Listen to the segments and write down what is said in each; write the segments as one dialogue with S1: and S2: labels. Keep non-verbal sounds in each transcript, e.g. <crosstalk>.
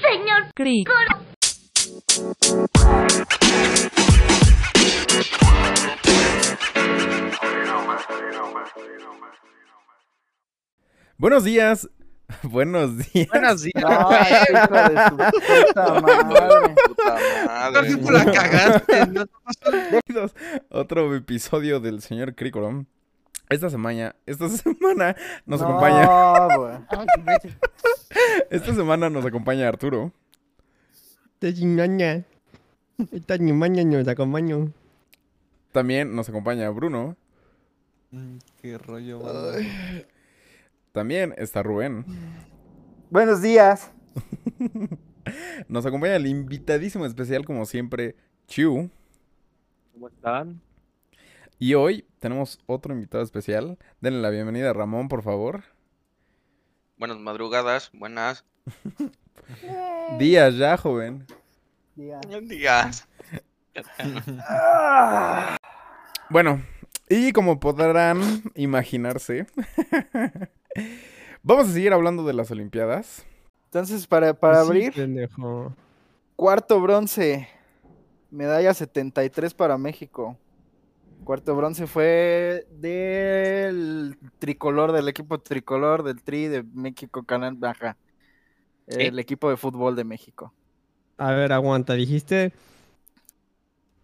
S1: Con,
S2: Cric.
S1: con-
S3: Buenos días. <laughs> Buenos días.
S4: Buenos días.
S5: No, hijo de su puta madre.
S6: Puta
S7: Ah,
S6: madre.
S4: Jorge, pues
S7: <laughs>
S4: la cagaste. ¿no?
S3: Bienvenidos a Otro episodio del señor Cricolón. Esta semana, esta <laughs> semana nos acompaña,
S5: No, güey.
S3: esta semana nos acompaña Arturo,
S2: Esta ñaña. Esta ñimaña nos acompañó.
S3: también nos acompaña Bruno,
S4: Mm, Qué rollo, banda.
S3: también está Rubén,
S5: Buenos días.
S3: nos acompaña el invitadísimo especial como siempre, Chu,
S4: ¿Cómo están?
S3: y hoy tenemos otro invitado especial. Denle la bienvenida a Ramón, por favor.
S6: Buenas madrugadas, buenas.
S3: Días ya, joven.
S5: Días.
S6: Buenos días.
S5: Ah.
S3: Bueno, y como podrán imaginarse, <laughs> vamos a seguir hablando de las Olimpiadas.
S5: Entonces, para, para
S2: Sí,
S5: abrir,
S2: pendejo.
S5: cuarto bronce. Medalla 73 para México. Cuarto bronce fue del tricolor, del equipo tricolor del Tri de México, Canal Baja. El equipo de fútbol de México.
S2: A ver, aguanta. Dijiste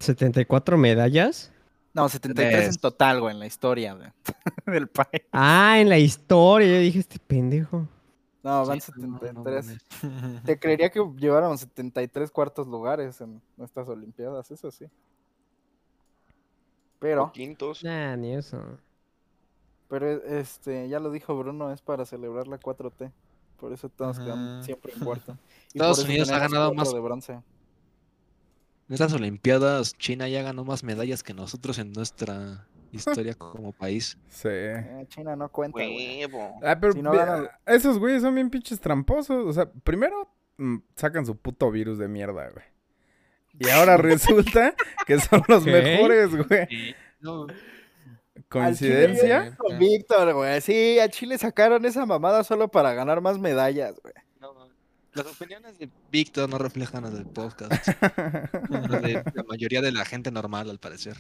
S2: 74 medallas.
S5: No, 73 en total, güey, en la historia güey, <laughs> del país.
S2: Ah, en la historia. Yo dije este pendejo.
S5: No, van
S4: Sí, no, no
S5: 73. <laughs>
S4: mames.
S5: Te creería que llevaron 73 cuartos lugares en estas Olimpiadas, eso sí.
S6: O
S5: Pero,
S6: Quintos.
S2: Nah, ni eso.
S5: pero e- este, ya lo dijo Bruno, es para celebrar la 4T. Por eso todos
S4: Ajá.
S5: quedamos siempre en
S7: <laughs>
S5: cuarto. Y
S7: Estados
S5: por eso
S7: Unidos ha
S5: tenemos
S7: ganado
S5: cuatro
S7: más-
S5: de bronce.
S7: En estas Olimpiadas, China ya ganó más medallas que nosotros en nuestra historia como país.
S3: Sí.
S5: Eh, China no cuenta, güey.
S6: Huevo.
S3: Ah, pero
S5: Si no
S3: ve-
S5: ganan-
S3: esos güeyes son bien pinches tramposos. O sea, primero mm, sacan su puto virus de mierda, güey.
S5: <laughs>
S3: Y ahora resulta que son los
S2: Ok.
S3: mejores, güey.
S7: No,
S5: Al Chile
S3: ¿Coincidencia?
S5: <laughs> llegan con Víctor, güey. Sí, a Chile sacaron esa mamada solo para ganar más medallas, güey.
S7: no. Las opiniones de Víctor no reflejan las del
S5: <laughs>
S7: podcast, las de la mayoría de la gente normal, al parecer.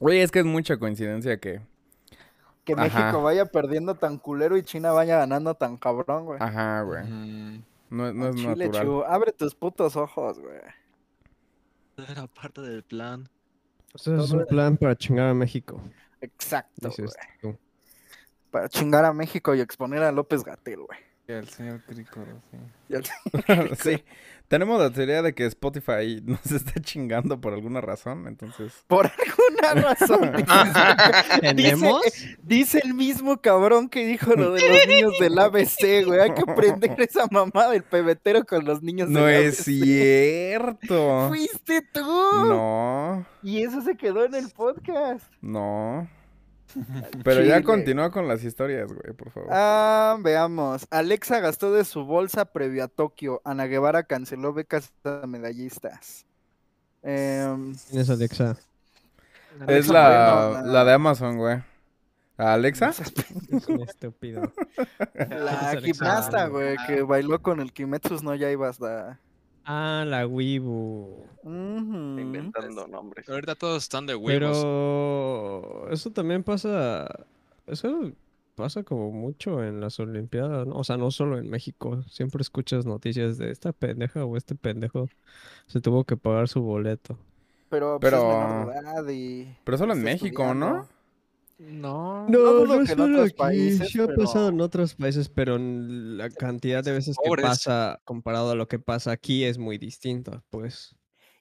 S3: Güey, es que es mucha coincidencia que...
S5: Que
S3: Ajá.
S5: México vaya perdiendo tan culero y China vaya ganando tan cabrón, güey.
S3: Ajá, güey.
S4: Mm,
S3: No, no Ah, es
S5: Chile,
S3: natural.
S5: chu, abre tus putos ojos, güey.
S7: No Era parte del plan.
S2: Eso es un plan para chingar a México.
S5: Exacto, güey.
S2: Dices tú.
S5: Para chingar a México y exponer a López Gatel, güey. <laughs>
S4: El señor Crícoro, sí.
S3: sí. Tenemos la teoría de que Spotify nos está chingando por alguna razón, entonces...
S5: Por alguna razón. <laughs>
S3: <laughs> Ah.
S5: dice-
S2: ¿Tenemos?
S5: Dice el mismo cabrón que dijo lo de los niños del ABC, güey. Hay que
S3: <laughs>
S5: prender esa mamá del pebetero con los niños
S3: No
S5: del
S3: es
S5: ABC.
S3: cierto.
S5: Fuiste tú.
S3: No,
S5: Y eso se quedó en el podcast. <laughs>
S3: no. Pero ya
S5: Chile.
S3: continúa con las historias, güey, por favor.
S5: Ah, veamos. Alexa gastó de su bolsa previo a Tokio. Ana Guevara canceló becas a medallistas. Em,
S2: ¿Quién es Alexa?
S3: Es
S5: Alexa
S3: la,
S5: Moreno,
S3: la de Amazon, güey. ¿A
S5: <laughs>
S3: Alexa?
S2: Es un estúpido.
S5: La
S2: Alexa
S5: gimnasta,
S2: Moreno.
S5: güey, que bailó con el Kimetsu no Yaibas. La...
S2: Ah, la Weibo.
S5: Ujú.
S6: Inventando nombres.
S7: Ahorita todos están de huevos.
S2: Pero eso también pasa, eso pasa como mucho en las Olimpiadas, ¿no? O sea, no solo en México, siempre escuchas noticias de esta pendeja o este pendejo se tuvo que pagar su boleto.
S5: Pero, pues, es
S3: Pero-
S5: menor de edad y...
S3: Pero solo en
S5: está
S3: México, ¿no?
S5: estudiando.
S7: No.
S5: No
S2: pues,
S5: dudo que en otros países,
S2: sí ha
S5: pero-
S2: pasado en otros países, pero en la cantidad de veces que
S7: Pobres.
S2: pasa comparado a lo que pasa aquí es muy distinta, pues.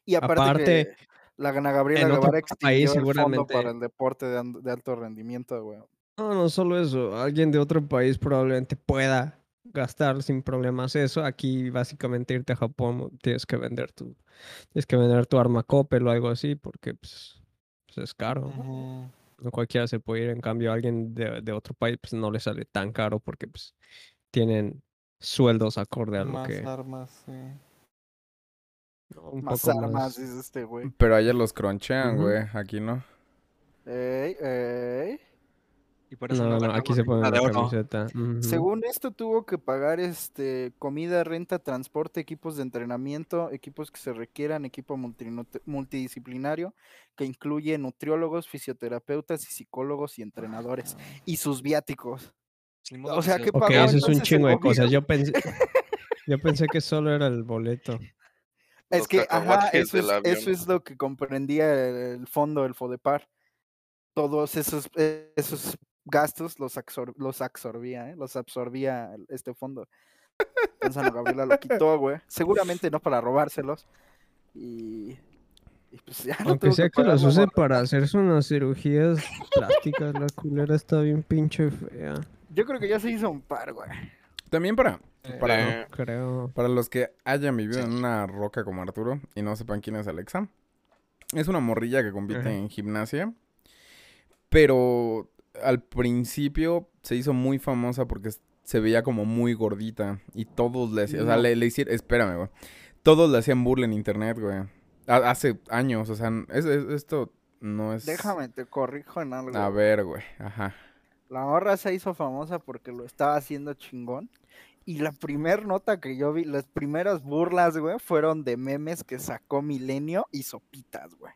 S5: Y aparte,
S2: Aparte,
S5: que la Ana Gabriela
S2: en otro
S5: Guevara
S2: país
S5: extinguió el fondo
S2: seguramente-
S5: para el deporte de, an- de alto rendimiento, güey.
S2: No, no solo eso, alguien de otro país probablemente pueda gastar sin problemas eso. Aquí básicamente irte a Japón tienes que vender tu, tienes que vender tu arma Coppel o algo así porque pues, pues, es caro.
S4: Ujú.
S2: No cualquiera se puede ir, en cambio alguien de, de otro país pues no le sale tan caro porque pues tienen sueldos acorde a lo
S4: Más
S2: que
S4: armas, sí.
S2: ¿no? un
S5: Más
S2: poco
S5: armas,
S2: más-
S5: dice este, güey.
S3: Pero allá los cronchean,
S2: Ujú.
S3: güey. Aquí no.
S5: Ey, ey.
S7: Y por eso
S2: No, no,
S7: ganamos
S2: aquí se pone
S7: ninguna
S2: la
S7: de oro.
S2: camiseta. ujú.
S5: Según esto tuvo que pagar este comida, renta, transporte, equipos de entrenamiento, equipos que se requieran, equipo multinut- multidisciplinario que incluye nutriólogos, fisioterapeutas y psicólogos y entrenadores y sus viáticos.
S7: Ni modo
S5: O sea que
S2: Ok,
S5: pagó
S2: eso es un
S5: entonces el
S2: chingo de
S5: gobierno.
S2: cosas. Yo <laughs> pensé, yo pensé que solo era el boleto.
S5: Es
S6: Los
S5: que ajá,
S6: cacahuates
S5: eso
S6: del
S5: es,
S6: avión.
S5: eso es lo que comprendía el fondo del Fodepar. Todos esos eh, esos gastos los absor- los absorbía, ¿eh? los absorbía el- este fondo. Gonzalo Gabriela lo quitó, güey. Seguramente no para robárselos. Y, y pues ya no
S2: Aunque
S5: tuvo
S2: sea Ah, que
S5: pagar
S2: las
S5: la
S2: use
S5: morra.
S2: para hacerse unas cirugías plásticas, la culera está bien pinche fea.
S5: Yo creo que ya se hizo un par, güey.
S3: También para, para,
S6: Eh,
S2: Creo.
S3: para los que hayan vivido en una roca como Arturo y no sepan quién es Alexa, es una morrilla que compite
S2: Ajá.
S3: en gimnasia, pero al principio se hizo muy famosa porque s- se veía como muy gordita y todos le hacían, o sea,
S5: No.
S3: le, le hicieron, espérame, güey, todos le hacían burla en internet, güey, Ha- hace años, o sea, n- es- es- esto no es...
S5: Déjame, te corrijo en algo.
S3: A ver, güey, ajá.
S5: La morra se hizo famosa porque lo estaba haciendo chingón. Y la primer nota que yo vi, las primeras burlas, güey, fueron de memes que sacó Milenio y Sopitas, güey.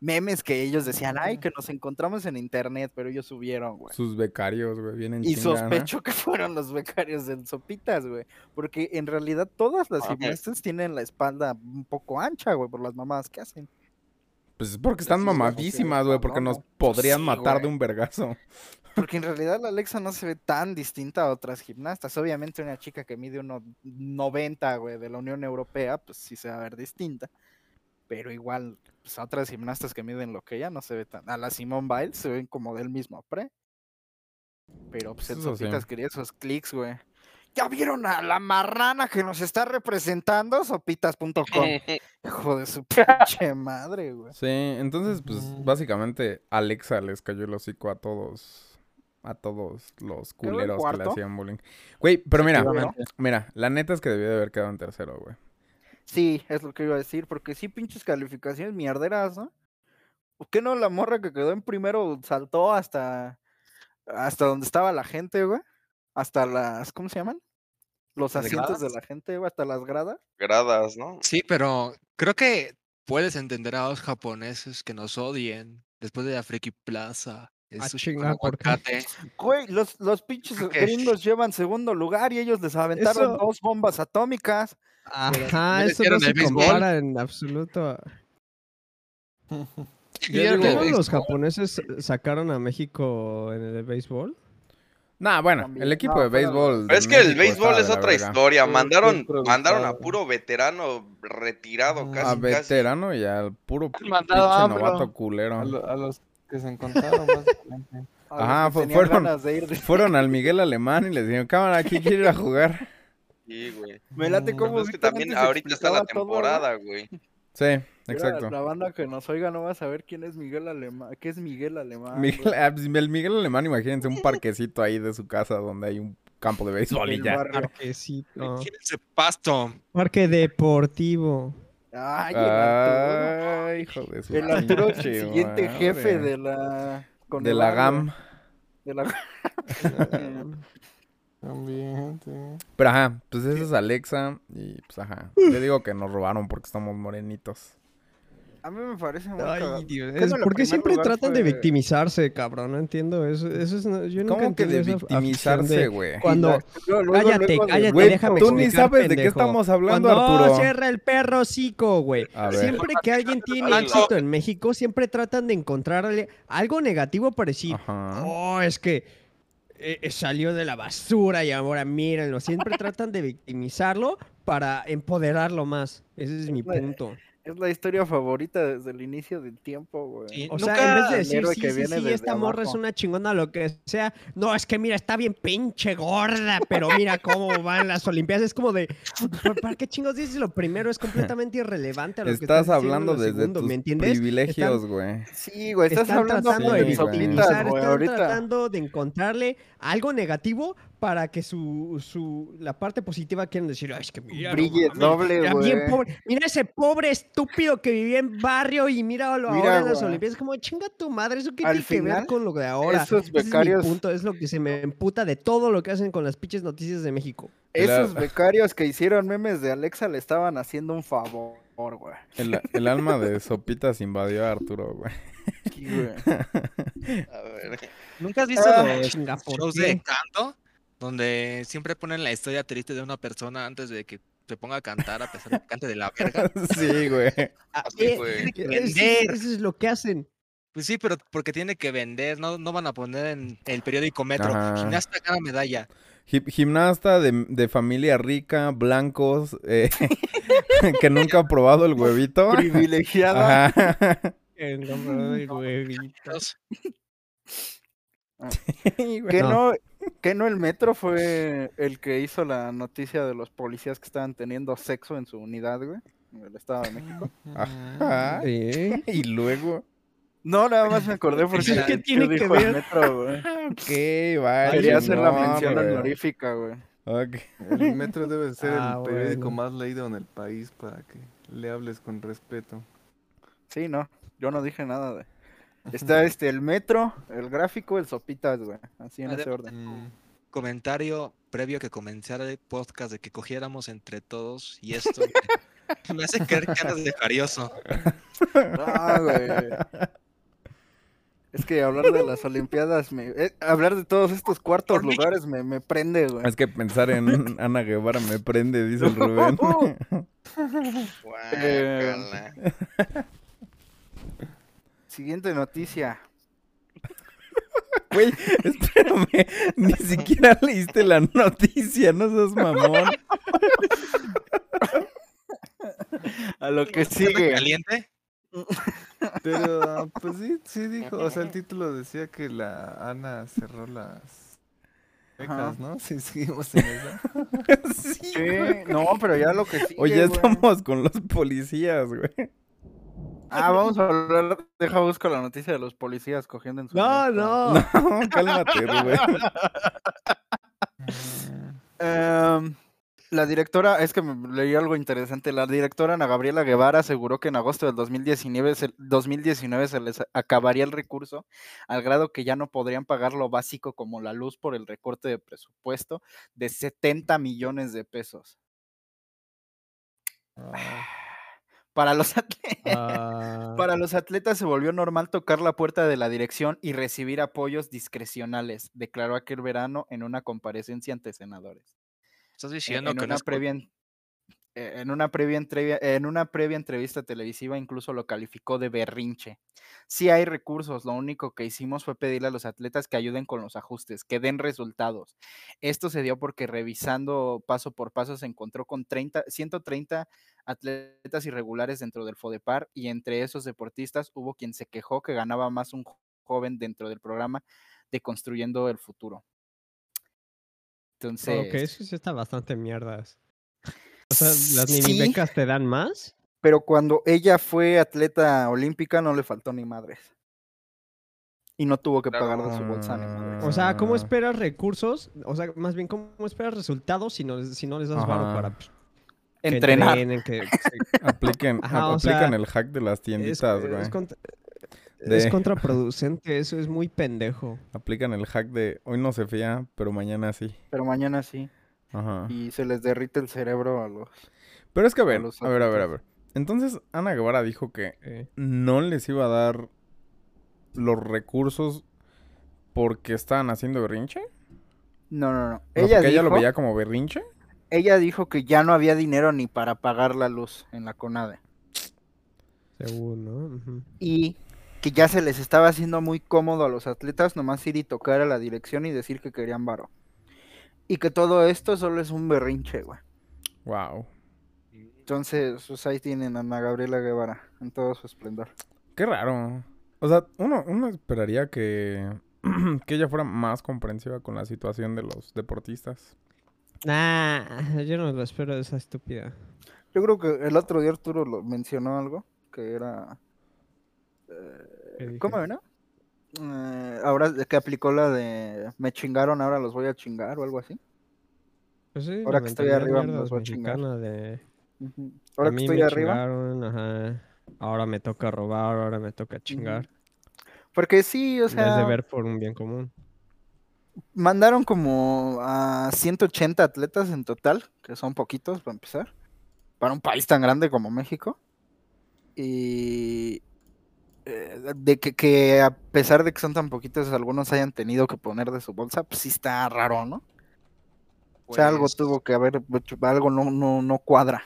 S5: Memes que ellos decían, ay, que nos encontramos en internet, pero ellos subieron, güey.
S3: Sus becarios, güey, vienen
S5: Y sospecho que fueron los becarios del Sopitas, güey. Porque en realidad todas las
S6: Ajá.
S5: gimnastas tienen la espalda un poco ancha, güey, por las mamadas que hacen.
S3: Pues es porque están
S5: sí, güey, pues,
S3: mamadísimas, güey, porque nos
S5: cabrón.
S3: podrían
S5: Sí,
S3: matar de
S5: güey.
S3: un vergazo.
S5: Porque en realidad la Alexa no se ve tan distinta a otras gimnastas. Obviamente una chica que mide unos 90, güey, de la Unión Europea, pues sí se va a ver distinta. Pero igual, pues a otras gimnastas que miden lo que ella no se ve tan... A la Simone Biles se ven como del mismo pre. Pero pues el
S3: Eso sí.
S5: Sopitas quería esos clics, güey. ¿Ya vieron a la marrana que nos está representando? Sopitas.com.
S6: <laughs>
S5: Hijo de su pinche madre, güey.
S3: Sí, entonces, pues,
S4: Ujú.
S3: básicamente Alexa les cayó el hocico a todos, a todos los
S5: Quedó en
S3: culeros que le
S5: cuarto.
S3: hacían bullying. Güey, pero mira,
S5: Seguramente.
S3: mira, la neta es que debió de haber quedado en tercero, güey.
S5: Sí, es lo que iba a decir, porque sí, pinches calificaciones mierderas, ¿no? ¿Por qué no la morra que quedó en primero saltó hasta, hasta donde estaba la gente, güey? Hasta las, ¿cómo se llaman? Los
S7: ¿Las
S5: asientos de la gente, güey, hasta las gradas.
S6: gradas, ¿no?
S7: Sí, pero creo que puedes entender a los japoneses que nos odien después de la Friki Plaza. el
S2: Ah,
S7: sushi con
S2: chinga, ¿por qué? <laughs>
S7: aguacate.
S5: Güey, los, los pinches
S7: Creo que-
S5: gringos llevan segundo lugar y ellos les aventaron
S2: Eso-
S5: dos bombas atómicas.
S2: Ajá,
S7: ¿no les
S2: ah, eso no
S7: dieron
S2: se
S7: el béisbol?
S2: compara en absoluto. a-
S7: Yo digo-
S2: ¿Cómo los japoneses sacaron a México en el béisbol?
S3: Nah, bueno, el
S5: También,
S3: equipo
S5: no,
S3: de
S5: fuera de-
S3: béisbol. de
S6: Pero es que el
S3: México está
S6: béisbol
S3: de
S6: es
S3: la
S6: otra
S3: verga.
S6: historia.
S4: Sí,
S6: Mandaron,
S4: improvisado.
S6: mandaron a puro veterano retirado
S3: A
S4: Ah,
S6: casi, casi.
S3: veterano y al puro pinche
S7: mandado a AMLO.
S3: novato culero.
S4: A, lo- a los que se encontraron, básicamente.
S5: a los
S3: Ajá,
S5: que
S3: fu-
S5: tenían
S3: fueron-
S5: ganas de ir de-
S3: Fueron al Miguel Alemán y les dijeron, cámara, aquí quiere ir a jugar.
S6: Sí, güey.
S5: <laughs> Me <laughs> late
S4: Mm,
S5: cómo
S6: Pero Es que
S5: Víctor
S6: también
S5: antes
S6: ahorita está la
S5: Ah, explicaba todo, güey.
S6: temporada, güey.
S3: Sí,
S5: Mira,
S3: exacto.
S5: La banda que nos oiga no va a saber quién es Miguel Alemán. ¿Qué es Miguel Alemán? güey.
S3: Miguel, ah, pues, el Miguel Alemán, imagínense un parquecito ahí de su casa donde hay un campo de béisbol y
S5: del
S3: ya.
S5: barrio.
S2: Parquecito.
S7: Imagínense pasto.
S2: Parque deportivo.
S5: Ay, el Arturo.
S3: Ay, hijo de su
S5: El Arturo
S3: <laughs>
S5: es
S3: pinche
S5: el siguiente jefe
S3: madre.
S5: de la. con
S3: de
S5: el
S3: la
S5: barrio,
S3: GAM.
S5: de la-
S4: También, sí.
S3: Pero ajá, pues esa es Alexa y pues ajá. Le digo que nos robaron porque estamos morenitos.
S5: A mí me parece muy
S2: Ay,
S5: cagado.
S2: Dios.
S5: Creo
S2: es-
S5: que en
S2: ¿Por qué
S5: primer
S2: siempre
S5: lugar
S2: tratan de
S5: fue-
S2: victimizarse, cabrón? No entiendo eso. eso es, no- yo nunca
S3: ¿Cómo que
S2: entiendo
S3: de
S2: esa afición
S3: victimizarse,
S2: de-
S3: güey?
S2: Cuando...
S5: Luego- luego-
S2: Cállate,
S5: luego de-
S2: cállate,
S3: Güey,
S2: déjame
S3: tú ni
S2: explicar,
S3: sabes de qué
S2: pendejo.
S3: estamos hablando,
S2: Cuando
S3: Arturo.
S2: cierra el perro hocico, güey.
S3: A ver.
S2: Siempre que alguien tiene
S6: Blanco.
S2: éxito en México, siempre tratan de encontrarle algo negativo para decir,
S3: Ajá.
S2: oh, es que eh, eh, salió de la basura y ahora mírenlo. Siempre tratan de victimizarlo para empoderarlo más. Ese es mi
S5: Güey,
S2: punto.
S5: Es la historia favorita desde el inicio del tiempo, güey.
S7: Sí,
S2: O
S7: nunca-
S2: sea, en vez de
S5: el
S2: decir,
S5: héroe
S2: sí,
S5: que
S2: sí,
S5: viene
S2: sí,
S5: desde
S2: esta morra es
S5: abajo.
S2: una chingona, lo que sea. No, es que mira, está bien pinche gorda, pero mira cómo van las Olimpiadas. Es como de, "¿Por- ¿para qué chingos dices lo primero? Es completamente irrelevante a lo que
S3: Estás
S2: diciendo en
S3: hablando
S2: lo
S3: desde
S2: segundo,
S3: tus
S2: ¿me entiendes?
S3: privilegios, güey.
S5: Sí, güey, estás
S2: están
S5: hablando
S2: tratando
S5: como
S2: de
S3: Sí, güey.
S5: de sopitas,
S2: victimizar,
S5: güey,
S2: están
S5: ahorita.
S2: tratando de encontrarle algo negativo para que su, su la parte positiva quieran decir, "Ay, es que mira, no
S5: Brille
S2: mames,
S5: doble,
S2: era bien
S5: güey.
S2: pobre. Mira ese pobre estúpido que vivía en barrio y mira ahora
S5: Mira,
S2: en las
S5: güey.
S2: Olimpiadas. Como chinga tu madre, eso qué
S5: Al
S2: tiene que ver
S5: final,
S2: con lo de ahora.
S5: esos
S2: Ese es mi
S5: becarios-
S2: punto, es lo que se me emputa de todo lo que hacen con las pinches noticias de México.
S5: Esos becarios que hicieron memes de Alexa le estaban haciendo un favor, güey.
S3: El, el alma de Sopitas invadió a Arturo, güey. <laughs>
S5: Sí, güey.
S6: A ver. <laughs>
S7: ¿Nunca has visto
S5: Ah,
S7: los
S2: chinga, ¿por
S7: shows
S2: qué?
S7: de canto? Donde siempre ponen la historia triste de una persona antes de que se ponga a cantar, a pesar de que cante de la verga.
S3: Sí, güey.
S6: Así,
S2: Eh,
S6: güey.
S2: tiene que-
S7: Vender.
S2: eso es- eso es lo que hacen.
S7: Pues sí, pero porque tiene que vender, no, no van a poner en el periódico Metro.
S3: Ajá.
S7: Gimnasta gana medalla.
S3: Gi- Gimnasta de, de familia rica, blancos, eh, <laughs> que nunca ha probado el huevito.
S5: Privilegiada. <laughs>
S3: Ajá.
S2: Venga, madre, huevito.
S3: Sí, güey.
S5: ¿Qué
S2: No.
S5: no. que no el metro fue el que hizo la noticia de los policías que estaban teniendo sexo en su unidad, güey? En el Estado de México. Ah,
S3: Ajá.
S2: Sí.
S3: Y luego.
S5: No, nada más me acordé porque
S7: ¿Qué
S5: el tío
S2: tiene que
S5: dijo el
S2: ver?
S5: metro, güey.
S3: Ok, vaya.
S5: Quería hacer la
S3: Ah, no,
S5: mención
S3: güey.
S5: honorífica, güey.
S3: Ok.
S4: <laughs> El metro debe ser
S2: Ah,
S4: el periódico
S2: bueno.
S4: más leído en el país para que le hables con respeto.
S5: Sí, no, yo no dije nada, güey. Está este, el metro, el gráfico, el sopitas, güey. Así en ese
S7: Además-
S5: orden.
S4: Mm.
S7: Comentario previo a que comenzara el podcast de que cogiéramos entre todos y
S2: <laughs>
S7: esto. Me hace creer que andas de jarioso.
S5: Ah, güey. Es que hablar de las Olimpiadas, me... eh, hablar de todos estos cuartos
S7: Por mí.
S5: lugares me, me prende, güey.
S3: Es que pensar
S5: <laughs>
S3: en Ana Guevara me prende, dice el Rubén. <laughs>
S6: Guácala.
S5: Siguiente noticia.
S3: Güey, espérame,
S5: <laughs>
S3: ni siquiera leíste la noticia, no seas mamón. <laughs>
S5: A lo que
S7: ¿Estás de
S5: sigue.
S7: caliente?
S4: Pero, ah, pues sí, sí dijo. O sea, el título decía que la Ana cerró las
S5: Ajá.
S4: becas, ¿no? <laughs> Si seguimos en
S5: <laughs>
S4: esa.
S3: Sí,
S5: Sí,
S3: güey.
S5: no, pero ya lo que sigue.
S3: Oye,
S5: güey.
S3: estamos con los policías, güey. <laughs>
S5: Ah, vamos a hablar. Deja busco la noticia de los policías cogiendo en su.
S2: No,
S5: metro.
S2: no.
S3: No, cálmate, Rubén.
S5: Em, la directora, es que me- leí algo interesante. La directora Ana Gabriela Guevara aseguró que en agosto del 2019 se, 2019 se les acabaría el recurso, al grado que ya no podrían pagar lo básico como la luz por el recorte de presupuesto de 70 millones de pesos. Para los <laughs> atletas.
S2: Ah,
S5: Para los atletas se volvió normal tocar la puerta de la dirección y recibir apoyos discrecionales, declaró aquel verano en una comparecencia ante senadores.
S7: ¿Estás
S5: en-
S7: diciendo
S5: en,
S7: que no
S5: una
S7: es
S5: previa en- eh, en una previa entrevia- en una previa entrevista televisiva incluso lo calificó de berrinche. Sí hay recursos, lo único que hicimos fue pedirle a los atletas que ayuden con los ajustes, que den resultados. Esto se dio porque revisando paso por paso se encontró con 30, 130 atletas irregulares dentro del Fodepar y entre esos deportistas hubo quien se quejó que ganaba más un jo- joven dentro del programa de Construyendo el Futuro. Entonces,
S2: ok, eso sí está bastante mierdas. O sea, las
S5: Sí.
S2: mini becas te dan más.
S5: Pero cuando ella fue atleta olímpica no le faltó ni madres. Y no tuvo que pagar de su bolsa ni madres.
S2: O sea, ¿cómo
S3: Ah.
S2: esperas recursos? O sea, más bien, ¿cómo esperas resultados si no, si no les das varo
S3: Ajá.
S2: para pues, que
S5: Entrenar.
S2: entrenen,
S5: <laughs>
S2: que- que-
S3: Apliquen,
S2: Ajá, o
S3: aplican
S2: sea,
S3: el hack de las
S2: es,
S3: tienditas,
S2: es
S3: güey.
S2: contra- es
S3: De-
S2: contraproducente, eso es muy pendejo.
S3: Aplican el hack de hoy no se fía, pero mañana sí.
S5: Pero mañana sí.
S3: Ajá.
S5: Y se les derrite el cerebro a los.
S3: Pero es que a ver,
S5: los
S3: a ver, a ver, a
S5: atletas.
S3: ver. Entonces, Ana Guevara dijo que
S2: Eh,
S3: no les iba a dar los recursos porque estaban haciendo berrinche.
S5: No, no, no.
S3: O sea,
S5: Ella,
S3: porque ella lo
S5: dijo-
S3: veía como berrinche.
S5: ella dijo que ya no había dinero ni para pagar la luz en la CONADE.
S2: según, ¿no? Ujú.
S5: Y que ya se les estaba haciendo muy cómodo a los atletas nomás ir y tocar a la dirección y decir que querían varo. Y que todo esto solo es un berrinche, güey.
S3: Wow.
S5: Entonces, pues ahí tienen a Ana Gabriela Guevara en todo su esplendor.
S3: Qué raro. O sea, uno, uno esperaría que, <clears throat> que ella fuera más comprensiva con la situación de los
S5: <laughs>
S3: deportistas.
S2: Nah, yo no lo espero de esa estúpida.
S5: Yo creo que el otro día Arturo lo mencionó algo que era. eh,
S2: ¿Qué dije?
S5: ¿Cómo era? eh, ahora que aplicó la de me chingaron, ahora los voy a chingar o algo así.
S2: Pues sí,
S5: Ahora
S2: la
S5: que estoy
S2: mentalidad
S5: arriba, me
S2: mierdas
S5: los voy a chingar.
S2: mexicana de
S5: Ujú.
S2: "A
S5: Ahora que
S2: mí
S5: estoy
S2: me
S5: arriba.
S2: chingaron, ajá, ahora me toca robar, ahora me toca chingar.
S5: Porque sí, o
S2: En vez de
S5: sea,
S2: ver por un bien
S5: <laughs>
S2: común.
S5: mandaron como a 180 atletas en total, que son poquitos para empezar, para un país tan grande como México. Y eh, de que, que a pesar de que son tan poquitos, algunos hayan tenido que poner de su bolsa, pues sí está raro, ¿no? O sea, algo
S7: Pues,
S5: tuvo que haber, algo no, no, no cuadra.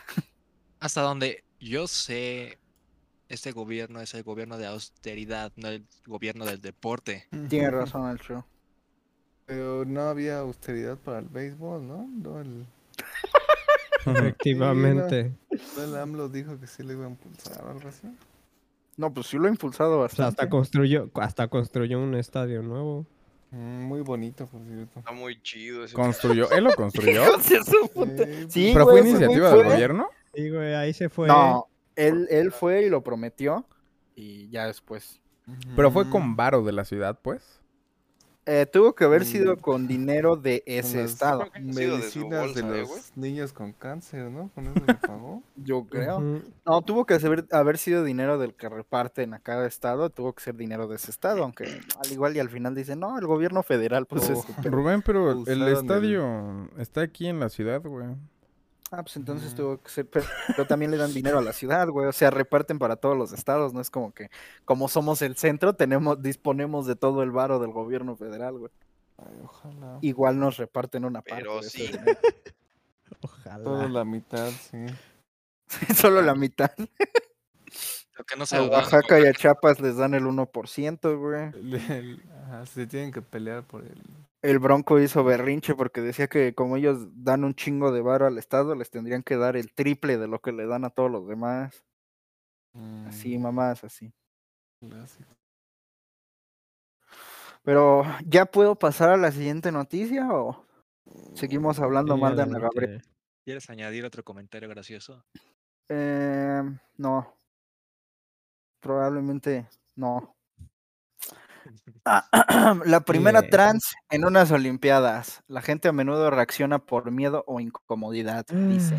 S7: Hasta donde yo sé, este gobierno es el gobierno de austeridad, no el gobierno del deporte.
S5: Tiene razón el show.
S4: Pero no había austeridad para el béisbol, ¿no? No, el,
S2: Efectivamente.
S4: no el AMLO dijo que sí le iba a impulsar o algo así.
S5: No, pues sí lo he impulsado
S2: O sea,
S5: <laughs>
S2: hasta
S5: bastante.
S2: construyó, hasta construyó un estadio nuevo.
S4: Mm, Muy bonito, por cierto.
S6: Está muy chido ese
S3: Construyó, él lo
S2: <laughs>
S3: construyó.
S5: Hijos de su puta-
S4: Sí,
S5: Sí,
S3: Pero fue
S5: güey, ese güey
S3: iniciativa
S5: fue-
S3: del gobierno.
S2: Sí, güey, ahí se fue.
S5: No, él, él fue y lo prometió y ya después.
S4: ujú.
S3: Pero fue con varo de la ciudad, pues.
S2: <laughs>
S5: Eh, tuvo que haber
S4: Mm.
S5: sido con dinero de
S4: Con
S5: ese
S4: las
S5: estado,
S6: Ha sido de su
S4: Medicinas de,
S6: bolsa, ¿eh,
S4: los
S6: güey?
S4: niños con cáncer, ¿no? Con eso le pagó.
S5: yo creo.
S2: Ujú.
S5: No, tuvo que haber, haber sido dinero del que reparten a cada estado, tuvo que ser dinero de ese estado, aunque al igual y al final dicen, no, el gobierno federal, pues
S4: Oh.
S5: es su pedo".
S3: Rubén, pero el
S4: Usaron el-
S3: estadio está aquí en la ciudad, güey.
S5: Ah, pues entonces
S4: Ujú.
S5: tuvo que ser, pero, pero también le dan dinero a la ciudad, güey, o sea, reparten para todos los estados, no es como que, como somos el centro, tenemos, disponemos de todo el varo del gobierno federal, güey.
S4: <laughs> Ay, ojalá.
S5: Igual nos reparten una parte.
S6: Pero
S5: de ese
S6: sí.
S5: dinero.
S4: Todo
S2: Ojalá.
S4: la mitad, sí.
S5: <laughs> Solo la mitad.
S7: Lo que no se
S5: A
S7: ahogaron,
S5: Ah, Oaxaca y a Chiapas les dan el 1%, güey.
S4: El- el- ajá, se tienen que pelear por el...
S5: El Bronco hizo berrinche porque decía que como ellos dan un chingo de varo al Estado, les tendrían que dar el triple de lo que le dan a todos los demás.
S4: mm,
S5: Así, mamás, así.
S4: clásico.
S5: Pero, ¿ya puedo pasar a la siguiente noticia o seguimos hablando
S2: Mm, Sí,
S5: mal de Ana
S2: adelante.
S5: Gabriel?
S7: ¿Quieres añadir otro comentario gracioso?
S5: Eh, no. Probablemente no. Ah, <clears throat> La primera
S2: Bien.
S5: trans en unas Olimpiadas. La gente a menudo reacciona por miedo o incomodidad, dice.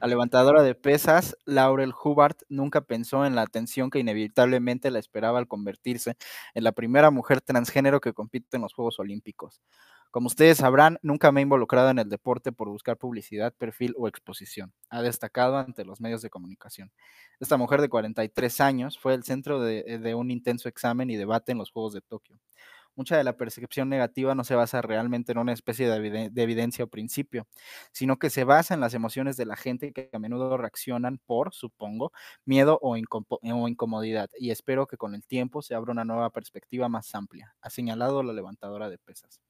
S5: La levantadora de pesas, Laurel Hubbard, nunca pensó en la atención que inevitablemente la esperaba al convertirse en la primera mujer transgénero que compite en los Juegos Olímpicos. Como ustedes sabrán, nunca me he involucrado en el deporte por buscar publicidad, perfil o exposición. Ha destacado ante los medios de comunicación. Esta mujer de 43 años fue el centro de, eh, de un intenso examen y debate en los Juegos de Tokio. Mucha de la percepción negativa no se basa realmente en una especie de eviden- de evidencia o principio, sino que se basa en las emociones de la gente que a menudo reaccionan por, supongo, miedo o, incompo- o incomodidad, y espero que con el tiempo se abra una nueva perspectiva más amplia, ha señalado la levantadora de pesas.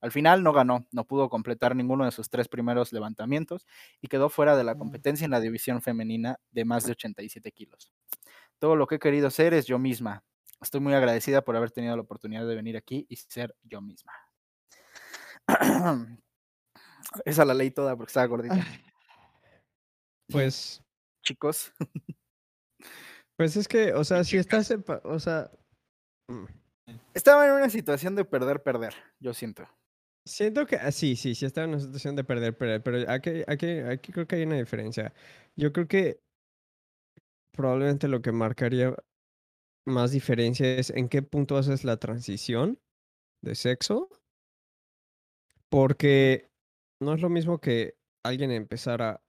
S5: Al final no ganó, no pudo completar ninguno de sus tres primeros levantamientos y quedó fuera de la competencia en la división femenina de más de 87 kilos. Todo lo que he querido ser es yo misma. Estoy muy agradecida por haber tenido la oportunidad de venir aquí y ser yo misma. <clears throat> Esa la leí toda porque estaba gordita.
S2: Pues
S5: chicos. <laughs>
S2: Pues es que, o sea, si estás, en pa- o sea, mm,
S5: Estaba en una situación de perder, perder, yo siento.
S2: siento que, ah, sí, sí, sí estaba en una situación de perder, perder, pero aquí, aquí, aquí creo que hay una diferencia. Yo creo que probablemente lo que marcaría más diferencia es en qué punto haces la transición de sexo, porque no es lo mismo que alguien empezara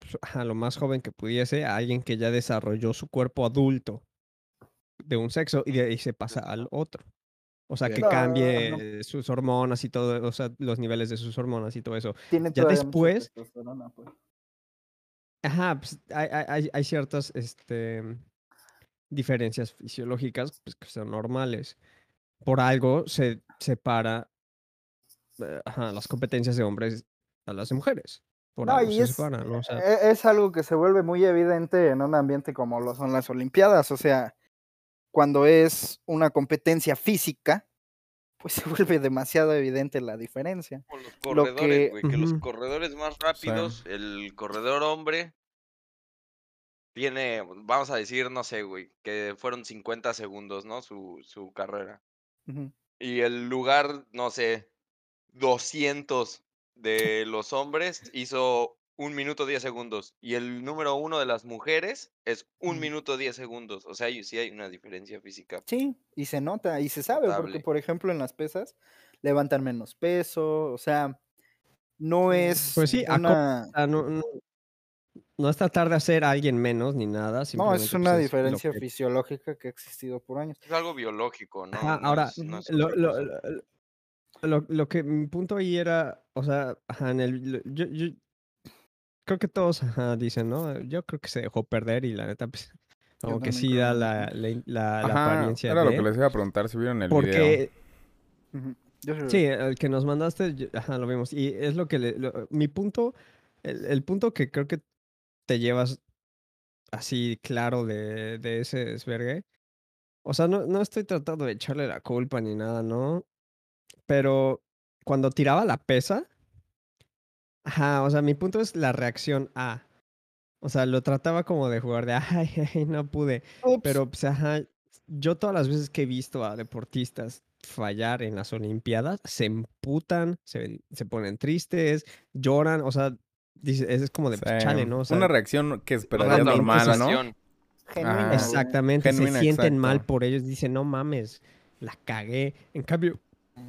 S2: pues, <laughs> a lo más joven que pudiese, a alguien que ya desarrolló su cuerpo adulto de un sexo y de ahí se pasa al otro. O sea,
S7: Ya.
S2: que
S5: No, no, no,
S2: cambie
S5: no.
S2: eh, sus hormonas y todo, o sea, los niveles de sus hormonas y todo eso.
S5: Tiene
S2: Ya
S5: todavía mucha
S2: después-
S5: testosterona, pues.
S2: Ajá, pues hay, hay- hay- hay ciertas este, diferencias fisiológicas pues, que son normales. Por algo se separa eh, ajá, las competencias de hombres a las de mujeres. Por
S5: No,
S2: algo
S5: y
S2: se
S5: es-
S2: separan, ¿no? O sea,
S5: E- Es algo que se vuelve muy evidente en un ambiente como lo son las Olimpiadas, o sea, cuando es una competencia física, pues <laughs> se vuelve demasiado evidente la diferencia.
S6: como los
S5: Lo que-
S6: corredores, güey. Que... los
S2: Ujú.
S6: corredores más rápidos, el corredor hombre, tiene, vamos a decir, no sé, güey, que fueron 50 segundos, ¿no? Su, su carrera.
S5: Ujú.
S6: Y el lugar, no sé, 200 de los hombres hizo un minuto 10 segundos. Y el número uno de las mujeres es un minuto 10 segundos. O sea, hay- sí hay una diferencia física.
S5: Sí, y se nota, y se sabe, porque
S6: Notable.
S5: por ejemplo en las pesas levantan menos peso, o sea, no es
S2: Pues sí, acop-
S5: una...
S2: sea, no, no, no es tratar de hacer a alguien menos ni nada.
S5: No,
S2: simplemente,
S5: es
S2: pues,
S5: una
S2: lo
S5: diferencia
S2: que-
S5: fisiológica que ha existido por años.
S6: Es algo biológico, ¿no?
S2: Ajá,
S6: No
S2: ahora,
S6: es- no es
S2: lo,
S6: otra
S2: lo-
S6: cosa.
S2: lo- lo- lo que mi punto ahí era, o sea, ajá, en el, lo- yo, yo creo que todos ajá, dicen, ¿no? Yo creo que se dejó perder y la neta, pues, como que
S5: también
S2: sí
S5: creo
S2: da
S5: lo
S2: la, la, in- la- la
S3: Ajá,
S2: apariencia
S3: era lo
S2: de,
S3: que les iba a preguntar si vieron el video.
S2: porque,
S5: Ujú, yo se-
S2: sí, el que nos mandaste, yo- ajá, lo vimos, y es lo que, le- lo- mi punto, el, el punto que creo que te llevas así claro de, de ese desvergue, o sea, no, no estoy tratando de echarle la culpa ni nada, ¿no? Pero cuando tiraba la pesa, ajá, o sea, mi punto es la reacción a. O sea, lo trataba como de jugar de, <laughs> ay, ay, no pude.
S5: Ups,
S2: Pero, pues, ajá, yo todas las veces que he visto a deportistas fallar en las Olimpiadas, se emputan, se, ven- se ponen tristes, lloran, o sea, dice, es como de,
S3: O sea,
S2: pues, chale, ¿no? O sea,
S3: una reacción que esperaría
S2: Obviamente,
S3: normal, ¿no?
S6: sensación.
S5: genuina, güey.
S2: Exactamente,
S3: Ah, Genuina,
S2: se sienten mal
S3: exacto.
S2: por ellos, dicen, no mames, la cagué. En cambio,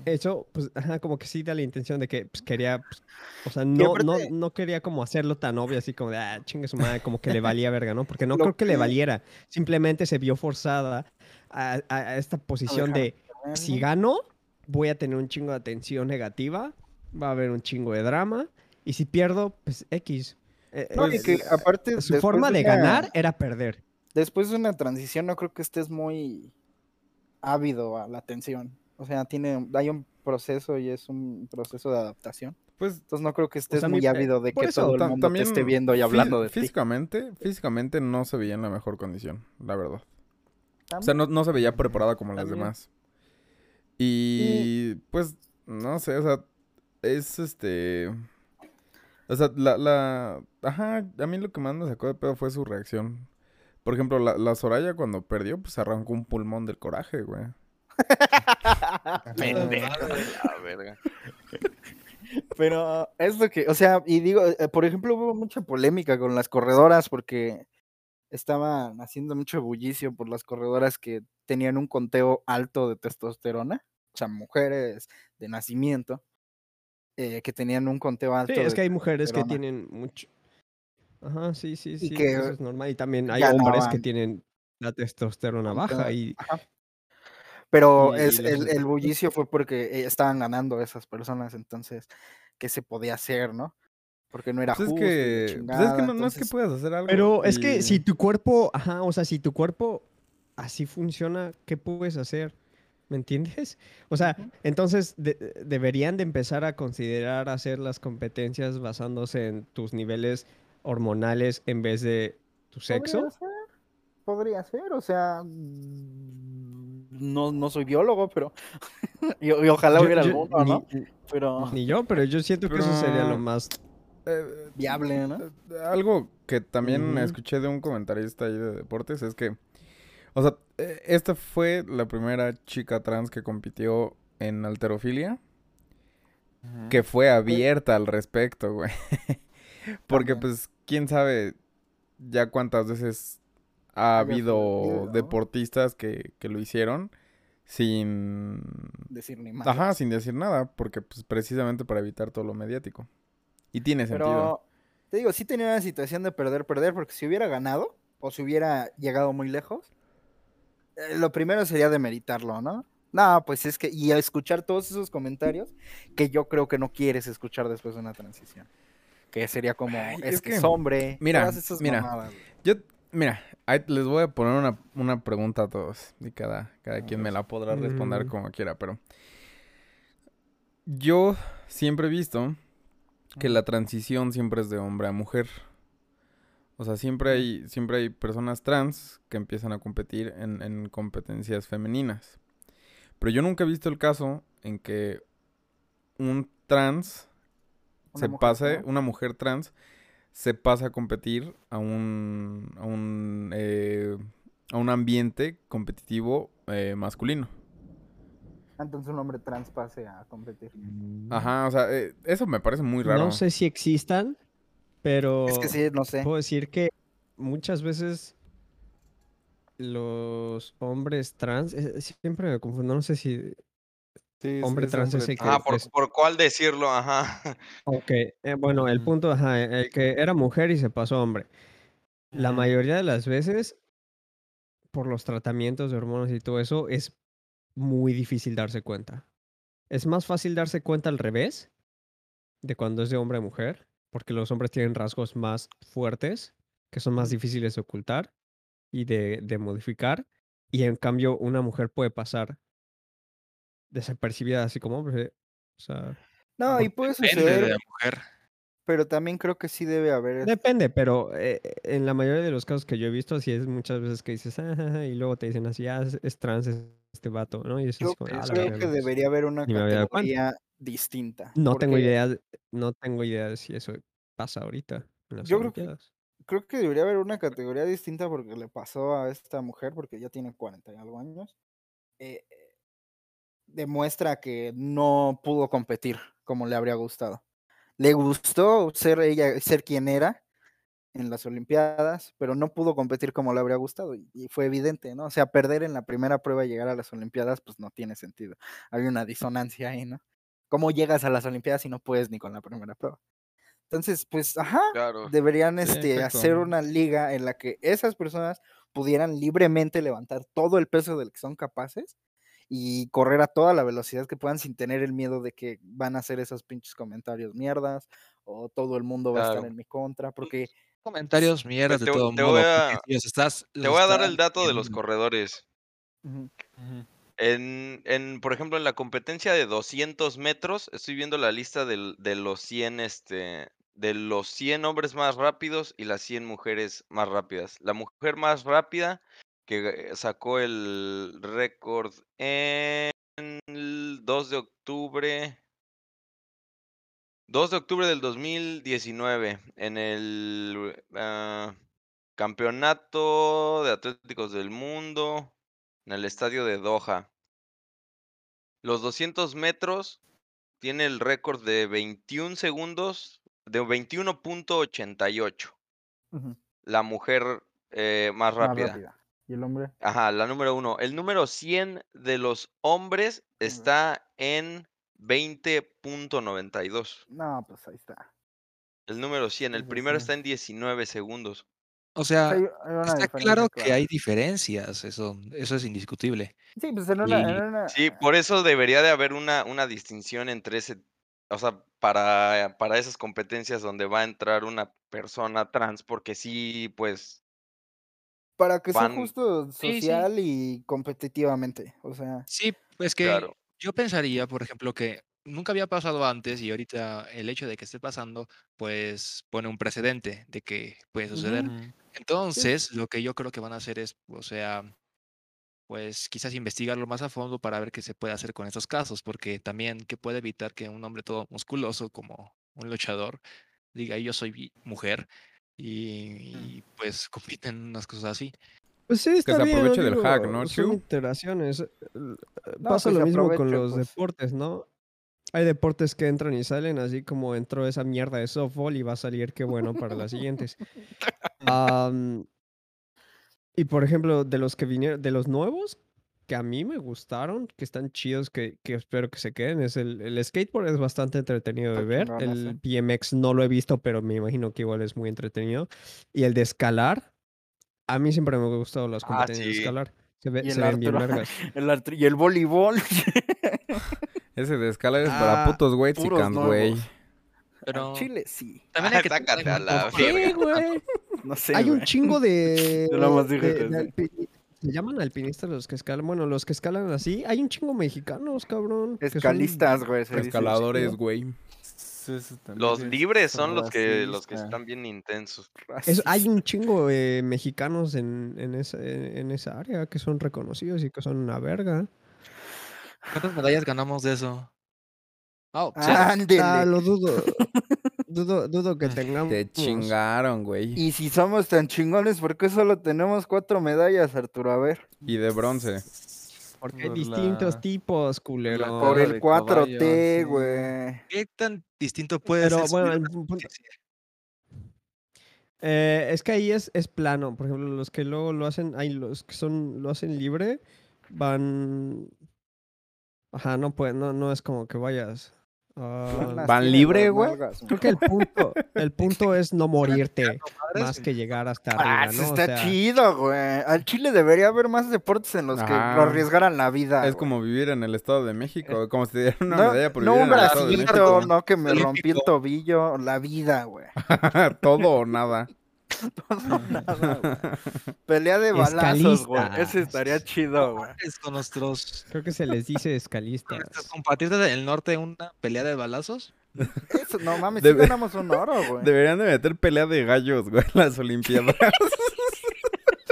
S2: eso, pues, ajá, como que sí da la intención de que pues, quería, pues, o sea, no, no,
S5: aparte-
S2: no quería como hacerlo tan obvio, así como de, ah, chingue su madre, como que le valía verga, ¿no? Porque no
S5: Lo
S2: creo que le
S5: que-
S2: valiera, simplemente se vio forzada a, a- a esta posición
S5: dejar
S2: de, si gano, voy a tener un chingo de atención negativa, va a haber un chingo de drama, y si pierdo, pues, X. Eh,
S5: No, y
S2: eh,
S5: que aparte,
S2: su
S5: después
S2: forma de
S5: una-
S2: ganar era perder.
S5: Después de una transición, no creo que estés muy ávido a la atención. O sea, tiene, hay un proceso y es un proceso de adaptación.
S3: Pues
S5: Entonces no creo que estés
S2: sea, mi
S5: muy
S2: pe-
S5: ávido de
S2: por
S5: que
S2: eso,
S5: todo el
S3: ta-
S5: mundo te esté viendo y
S3: fí-
S5: hablando de ti.
S3: físicamente, físicamente no se veía en la mejor condición, la verdad. O sea, no, no se veía preparada como las
S5: También.
S3: demás. Y pues, no sé, o sea, es este... O sea, la, la... Ajá, a mí lo que más me sacó de pedo fue su reacción. Por ejemplo, la, la Soraya cuando perdió, pues arrancó un pulmón del coraje, güey.
S6: Pendeja de la verga.
S5: Pero es lo que, o sea, y digo, eh, por ejemplo, hubo mucha polémica con las corredoras porque estaban haciendo mucho bullicio por las corredoras que tenían un conteo alto de testosterona, o sea, mujeres de nacimiento, eh, que tenían un conteo alto.
S2: Sí, es
S5: de
S2: que hay mujeres que
S5: testosterona.
S2: tienen mucho. Ajá, sí, sí, sí.
S5: que
S2: eso es normal. Y también hay
S5: ganaban.
S2: hombres que tienen la testosterona baja y
S5: Pero
S2: Y
S5: es,
S2: las
S5: el, el
S2: otras-
S5: bullicio fue porque eh, estaban ganando esas personas, entonces, ¿qué se podía hacer, no? Porque no era
S3: Pues es
S5: justo. y la
S3: que, pues es que
S5: chingada,
S3: no, no es que
S5: entonces-
S3: puedas hacer algo.
S2: Pero es que si
S3: y-
S2: tu cuerpo, ajá, o sea, si tu cuerpo así funciona, ¿qué puedes hacer? ¿Me entiendes? <laughs> O sea, entonces de- deberían de empezar a considerar hacer las competencias basándose en tus niveles hormonales en vez de tu sexo.
S5: Podría ser, podría ser, o sea, mm, no, no soy biólogo, pero <laughs> y, y ojalá
S2: Yo-
S5: hubiera
S2: yo-
S5: alguno, ¿no?
S2: ni,
S5: Pero
S2: ni yo, pero yo siento que eso sería lo
S3: Pero-
S2: más
S3: eh,
S5: viable, ¿no?
S3: Eh, Algo que también
S2: Ujú.
S3: escuché de un comentarista ahí de deportes es que, o sea, eh, esta fue la primera chica trans que compitió en alterofilia,
S4: Ujú.
S3: que fue abierta al respecto, güey. <laughs> Porque
S5: También.
S3: pues, quién sabe ya cuántas veces ha
S5: Haya sucedido,
S3: habido
S5: ¿no?
S3: deportistas que, que lo hicieron sin
S5: Decir ni más.
S3: Ajá, sin decir nada, porque pues precisamente para evitar todo lo mediático. Y tiene sentido.
S5: Pero te digo, sí tenía una situación de perder, perder, porque si hubiera ganado o si hubiera llegado muy lejos, eh, lo primero sería demeritarlo, ¿no? No, pues es que, y a escuchar todos esos comentarios que yo creo que no quieres escuchar después de una transición. Que sería como,
S3: Ay,
S5: es,
S3: es
S5: que
S3: que-
S5: es hombre.
S3: mira,
S5: todas esas
S3: mira.
S5: mamadas, güey.
S3: Yo, mira, ahí les voy a poner una, una pregunta a todos. Y cada, cada quien me la podrá responder
S2: Mm.
S3: como quiera, pero. Yo siempre he visto que la transición siempre es de hombre a mujer. O sea, siempre hay, siempre hay personas trans que empiezan a competir en, en competencias femeninas. Pero yo nunca he visto el caso en que un trans
S5: Una
S3: se
S5: mujer
S3: pase,
S5: trans.
S3: una mujer trans se pasa a competir a un, a un, eh, a un ambiente competitivo eh, masculino.
S5: Entonces un hombre trans pase a competir.
S3: Ajá, o sea, eh, eso me parece muy raro.
S2: No sé si existan, pero
S5: Es que sí, ¿eh? no sé.
S2: puedo decir que muchas veces los hombres trans, eh, siempre me confundo, no sé si
S4: Sí, sí,
S2: Hombre trans ese que-
S6: Ah, por,
S2: pues-
S6: por cuál decirlo, ajá.
S2: Ok, eh, bueno, el
S3: Ujú.
S2: punto, ajá, eh, el que era mujer y se pasó hombre. La
S5: Ujú.
S2: mayoría de las veces, por los tratamientos de hormonas y todo eso, es muy difícil darse cuenta. Es más fácil darse cuenta al revés de cuando es de hombre a mujer, porque los hombres tienen rasgos más fuertes, que son más difíciles de ocultar y de, de modificar, y en cambio una mujer puede pasar desapercibida así como hombre. O sea,
S5: No, y puede
S7: Depende de
S5: suceder,
S7: la mujer.
S5: pero también creo que sí debe haber.
S2: Depende, pero eh, en la mayoría de los casos que yo he visto, sí es muchas veces que dices, "Ah, ah, ah", y luego te dicen así, ah, es, es trans es- este vato, ¿no? Y es así
S5: Yo
S2: como, "Ah, la
S5: creo
S2: verga,
S5: que
S2: no, pues,
S5: debería haber una
S2: ni me había dado cuenta".
S5: categoría distinta.
S2: No tengo
S5: porque
S2: idea, de- no tengo idea de si eso pasa ahorita en las
S5: Yo creo que-
S2: Olimpiadas.
S5: Creo que debería haber una categoría distinta porque le pasó a esta mujer, porque ya tiene 40 y algo años. eh, eh, demuestra que no pudo competir como le habría gustado. Le gustó ser ella, ser quien era en las Olimpiadas, pero no pudo competir como le habría gustado y, y fue evidente, ¿no? O sea, perder en la primera prueba y llegar a las Olimpiadas, pues no tiene sentido. Hay una disonancia ahí, ¿no? ¿Cómo llegas a las Olimpiadas si no puedes ni con la primera prueba? Entonces, pues, ajá,
S6: <laughs> Claro.
S5: deberían
S3: Sí,
S5: este, hacer
S3: exacto.
S5: una liga en la que esas personas pudieran libremente levantar todo el peso del que son capaces y correr a toda la velocidad que puedan sin tener el miedo de que van a hacer esos pinches comentarios mierdas o todo el mundo va a estar
S6: Claro.
S5: en mi contra porque
S7: Comentarios mierdas de
S6: te-
S7: todo
S6: te
S7: modo.
S6: voy
S7: porque
S6: a-
S7: si los estás,
S6: Te voy a dar el dato de los corredores.
S5: ujú,
S6: En, en, por ejemplo, en la competencia de 200 metros, estoy viendo la lista del- de los 100, este, de los 100 hombres más rápidos y las 100 mujeres más rápidas. La mujer más rápida que ga- sacó el récord en el 2 de octubre, 2 de octubre del 2019 en el ah, Campeonato de Atléticos del Mundo en el estadio de Doha. Los 200 metros tiene el récord de 21 segundos, de 21.88.
S5: ujú,
S6: La mujer eh, más
S5: más
S6: rápida.
S5: rápida. Y el hombre,
S6: Ajá, la número uno. El número 100 de los hombres está en 20.92.
S5: no, pues ahí está.
S6: El número 100.
S5: Sí,
S6: El
S5: sí,
S6: primero
S5: sí.
S6: está en 19 segundos.
S7: O
S5: O
S7: sea,
S5: sea, hay- hay una
S7: Ah, está
S5: diferencia
S7: claro que
S5: clara.
S7: hay diferencias. Eso, eso es indiscutible.
S5: Sí, pues en una- en
S7: y- pues,
S5: una-
S6: Sí, por eso debería de haber una, una distinción entre ese, o sea, para, para esas competencias donde va a entrar una persona trans, porque sí, pues,
S5: para que sea
S6: van-
S5: justo
S7: sí.
S5: social y competitivamente, o sea,
S7: Sí,
S6: pues,
S7: es que
S6: claro.
S7: yo pensaría, por ejemplo, que nunca había pasado antes y ahorita el hecho de que esté pasando, pues pone un precedente de que puede suceder. Entonces, lo que yo creo que van a hacer es, o sea, pues quizás investigarlo más a fondo para ver qué se puede hacer con estos casos, porque también que puede evitar que un hombre todo musculoso como un luchador diga yo soy bi- mujer y, y, pues <laughs> compiten unas cosas así.
S2: Pues sí, está
S3: se
S2: bien,
S3: aproveche del
S2: digo,
S3: hack, ¿no,
S2: Son
S3: Chu?
S2: iteraciones. eh, l- eh,
S5: No,
S2: Pasa
S5: que
S2: lo
S5: se
S2: mismo con
S5: aproveche,
S2: los
S5: pues.
S2: deportes, ¿no? Hay deportes que entran y salen, así como entró esa mierda de softball y va a salir qué bueno para las siguientes. Am, y por ejemplo, de los que vinieron, de los nuevos que a mí me gustaron, que están chidos, que, que espero que se queden, es el, el skateboard es bastante entretenido de
S5: Está
S2: ver.
S5: chingón ese.
S2: El BMX no lo he visto, pero me imagino que igual es muy entretenido. Y el de escalar, a mí siempre me han gustado las
S6: Ah,
S2: competencias de
S6: sí.
S2: escalar. Se, ve-
S5: Y el
S2: se ven bien
S5: Arturo. <laughs>
S2: vergas.
S5: el artri- y el voleibol. <laughs>
S3: Ese de escala es para
S5: Ah,
S3: putos güey,
S5: puros
S3: chicans, güey.
S5: nuevos.
S7: Pero
S5: Chile sí.
S6: <laughs>
S7: también hay que tener
S6: Sácate a
S7: en cuenta
S6: la
S7: para
S6: verga.
S2: Sí,
S7: ver qué tanto
S2: güey.
S5: No sé.
S2: Hay un
S5: güey. <laughs>
S2: chingo de.
S5: Yo nada más dije
S2: de-
S5: que
S2: de
S5: sí.
S2: alpini- Se llaman alpinistas los que escalan. Bueno, los que escalan así. Hay un chingo mexicanos, cabrón. que son-
S5: Escalistas, güey. se dice.
S3: Escaladores, güey.
S6: Los libres son los que, los que están
S5: <laughs>
S6: bien intensos.
S2: es- hay un chingo de mexicanos en, en, esa, e, en esa área que son reconocidos y que son una verga.
S7: ¿Cuántas medallas ganamos de eso? Ah,
S5: Ah,
S7: cero.
S5: ándele.
S2: Ah, lo
S5: <laughs>
S2: dudo. dudo. Dudo que tengamos.
S3: Te chingaron, güey.
S5: Y si somos tan chingones, ¿por qué solo tenemos cuatro medallas, Arturo? A ver.
S3: Y de bronce.
S2: Porque hay
S4: Por
S2: distintos
S4: la-
S2: tipos, culero.
S5: Por
S4: Hora
S5: el
S4: de
S5: 4T,
S4: caballo,
S5: güey.
S7: ¿Qué tan distinto puede
S2: Pero
S7: ser subir
S2: bueno, el
S7: una
S2: pu- punto-
S7: noticia?
S2: eh, es que ahí es, es plano. Por ejemplo, los que luego lo hacen, hay los que son, lo hacen libre, van. Ajá, no puede, no, no es como que vayas. ah,
S5: Las
S3: ¿Van
S5: tiene
S3: libre,
S5: las
S3: güey?
S5: nalgas,
S2: creo que el punto, el punto es no morirte
S7: madres,
S2: más que llegar hasta
S5: Ah,
S2: arriba,
S5: eso
S2: ¿no? O
S5: está
S2: sea,
S5: chido, güey. Al Chile debería haber más deportes en los que
S3: Ajá.
S5: lo arriesgaran la
S3: Es
S5: vida. Ah, güey. Eh,
S3: como vivir en el Estado de México, como si te dieran una
S5: no,
S3: medalla por
S5: no
S3: vivir
S5: un
S3: en el Estado de
S5: bracito,
S3: México.
S5: no que me
S7: Olímpico.
S5: rompí el tobillo, la vida, güey.
S3: <laughs> Todo o nada.
S5: No, nada, güey. Pelea de balazos, güey. Ese estaría
S2: Escalistas.
S5: chido,
S2: <laughs>
S5: güey.
S7: es con nuestros
S2: creo que se les dice escalistas.
S7: nuestros compatriotas del norte una pelea de balazos.
S5: Eso, no mames, si
S3: Debe-
S5: ganamos
S3: <laughs>
S5: un oro, güey.
S3: Deberían de meter pelea de gallos, güey, en las
S5: <laughs>
S3: Olimpiadas.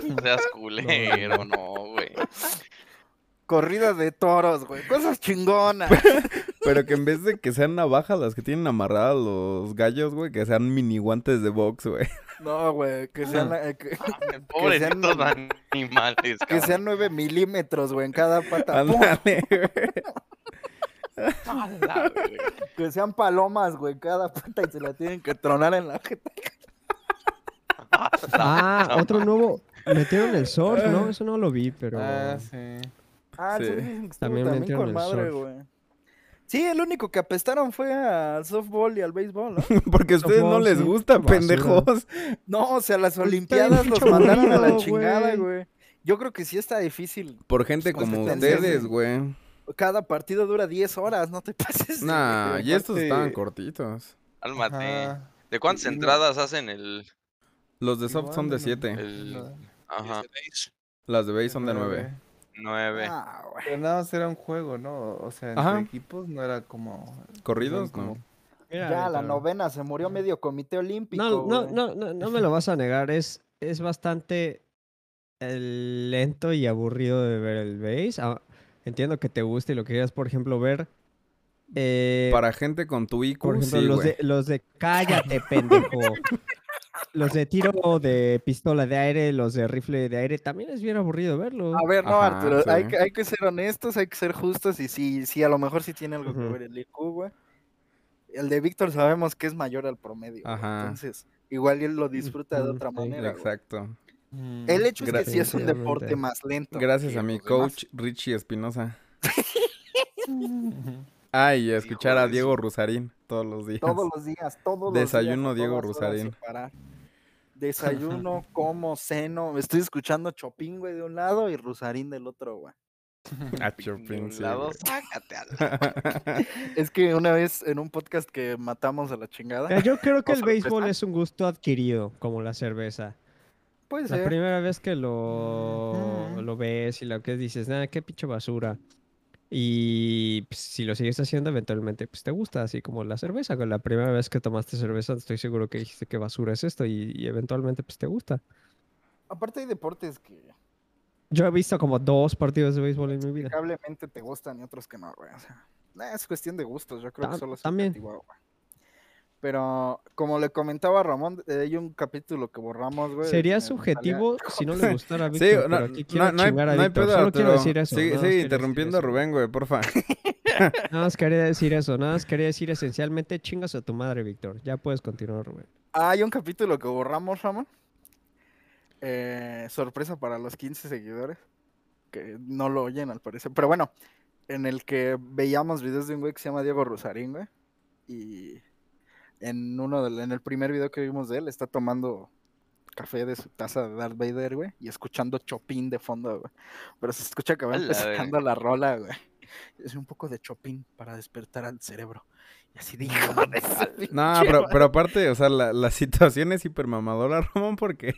S6: No seas culero, no, güey. <laughs>
S5: Corrida de toros, güey. Cosas chingonas.
S2: <laughs>
S3: Pero que en vez de que sean navajas las que tienen amarradas los gallos, güey, que sean mini guantes de box, güey.
S5: No, güey. Que sean, eh, que,
S6: Pobrecitos animales,
S5: que
S6: cabrón.
S5: sean 9 milímetros, güey, en cada pata. ¡Pum!
S3: <laughs> Ándale,
S5: <laughs>
S3: güey.
S6: A la verga.
S5: Que sean palomas, güey, en cada pata y se la tienen que tronar en la jeta.
S2: Ah, otro nuevo. Metieron el surf, ¿no? Eso no lo vi, pero.
S4: Ah, sí.
S5: Ah,
S3: Sí.
S5: sí. dicen que estuvo
S2: También
S5: también,
S2: metieron
S5: con
S2: el
S5: madre,
S2: surf.
S5: güey. Sí, el único que apestaron fue al softball y al béisbol,
S2: <laughs>
S5: ¿no?
S3: Porque a ustedes no
S2: Softball,
S3: les
S2: sí,
S3: gusta,
S2: basura.
S3: pendejos.
S5: No, o sea, las
S2: Pues está
S5: Olimpiadas
S2: bien
S5: los
S2: pinche
S5: mandaron a la
S2: aburrido,
S5: chingada,
S2: güey.
S5: güey. Yo creo que sí está difícil.
S3: Por gente
S5: Pues,
S3: como
S5: ¿qué tal si
S3: ustedes,
S5: hacen?
S3: güey.
S5: Cada partido dura 10 horas, no te <laughs> pases. de-
S3: Nah,
S4: pero
S3: y estos
S4: aparte-
S3: estaban cortitos.
S6: Ah, Cálmate.
S4: Ajá.
S6: ¿De cuántas
S4: Sí, no.
S6: entradas hacen el,
S3: Los de soft son de
S4: Igual, no,
S3: 7,
S6: el-
S4: no,
S6: Ajá,
S3: las de base son de 9.
S6: nueve?
S5: Ah, güey.
S4: Pero nada más era un juego, ¿no? O sea, entre
S3: Ajá.
S4: equipos no era como.
S3: ¿Corridos?
S4: como-
S3: No.
S2: Mira,
S5: Ya, la
S2: pero-
S5: novena se murió medio comité olímpico.
S2: No, no,
S5: güey.
S2: no, no, no me lo vas a negar. Es, es bastante eh, lento y aburrido de ver el bass. Ah, entiendo que te guste y lo querías, por ejemplo, ver. eh,
S3: Para gente con tu IQ,
S2: por ejemplo,
S3: sí,
S2: los, de,
S3: güey.
S2: los de cállate, pendejo. Los de tiro de pistola de aire, los de rifle de aire, también es bien aburrido verlo.
S3: Ah,
S5: A ver, no,
S3: Ajá,
S5: Arturo,
S3: sí.
S5: hay, que, hay que ser honestos, hay que ser justos y sí, sí, a lo mejor sí tiene algo que
S2: Ujú.
S5: ver el IQ, güey. El de Víctor sabemos que es mayor al promedio. güey,
S3: Ajá.
S5: Entonces, igual él lo disfruta de
S2: Ujú,
S5: otra
S2: sí.
S5: manera. güey.
S3: Exacto.
S4: Mm.
S5: El hecho es que sí es un
S2: Definitivamente.
S5: deporte más lento.
S3: Gracias
S6: Sí,
S3: a mi
S6: los demás.
S3: coach Richie Espinosa.
S4: Ujú.
S3: Ay, a escuchar a
S6: de su-
S3: Diego Rusarín todos los días.
S5: Todos los días, todos
S3: Desayuno
S5: los días. a
S3: Diego
S5: todas horas sin
S3: Rusarín.
S5: parar.
S3: <laughs>
S5: Desayuno, como, ceno. Estoy escuchando Chopin, güey, de un lado y Rusarín del otro, güey.
S3: <laughs> A
S6: De un
S3: Chopin, sí,
S5: <laughs>
S6: lado,
S3: güey.
S6: sácate a la-
S5: Es que una vez en un podcast que matamos a
S3: Eh,
S5: la
S2: Mira,
S5: chingada.
S2: Yo creo que
S5: ¿O
S2: el
S5: sorpresa?
S2: béisbol es un gusto adquirido, como la cerveza.
S5: Puede
S2: La
S5: ser.
S2: primera vez que lo,
S4: Ujú.
S2: lo ves y lo que dices, nada, qué pinche basura. Y pues, si lo sigues haciendo, eventualmente pues, te gusta, así como la cerveza. Con la primera vez que tomaste cerveza, estoy seguro que dijiste qué basura es esto y, y eventualmente pues, te gusta.
S5: Aparte hay deportes que
S2: Yo he visto como dos partidos de béisbol en mi vida.
S5: probablemente te gustan y otros que no, güey. O sea, nah, es cuestión de gustos, yo creo que
S2: Tam-
S5: solo es
S2: también.
S5: subjetivo, güey. Pero como le comentaba Ramón, eh, hay un capítulo que borramos, güey. que
S2: Sería
S5: me salía-
S2: subjetivo si no le gustara
S3: <laughs>
S2: a
S3: Sí,
S2: Víctor,
S3: no,
S2: pero aquí quiero
S3: no- no hay,
S2: chingar a
S3: no hay
S2: Víctor.
S3: pedo,
S2: Solo quiero
S3: Arturo.
S2: decir eso.
S3: Sigue,
S2: nada
S3: sigue
S2: más quería decir
S3: interrumpiendo a
S2: eso.
S3: Rubén, güey, porfa.
S2: Nada más quería decir eso, nada más quería decir esencialmente chingas a tu madre, Víctor. Ya puedes continuar, Rubén.
S5: Ah, hay un capítulo que borramos, Ramón. Eh, sorpresa para los 15 seguidores. Que no lo oyen, al parecer. Pero bueno, en el que veíamos videos de un güey que se llama Diego Rosarín, güey. Y en uno del- en el primer video que vimos de él, está tomando café de su taza de Darth Vader, güey. Y escuchando Chopin de fondo, güey. Pero se escucha que va
S6: A la verga.
S5: empezando la rola, güey. Es un poco de Chopin para despertar al cerebro. Y así
S6: <laughs>
S5: dijo.
S3: No, pero, pero aparte, o sea, la, la situación es hiper mamadora, <laughs> Ramón, porque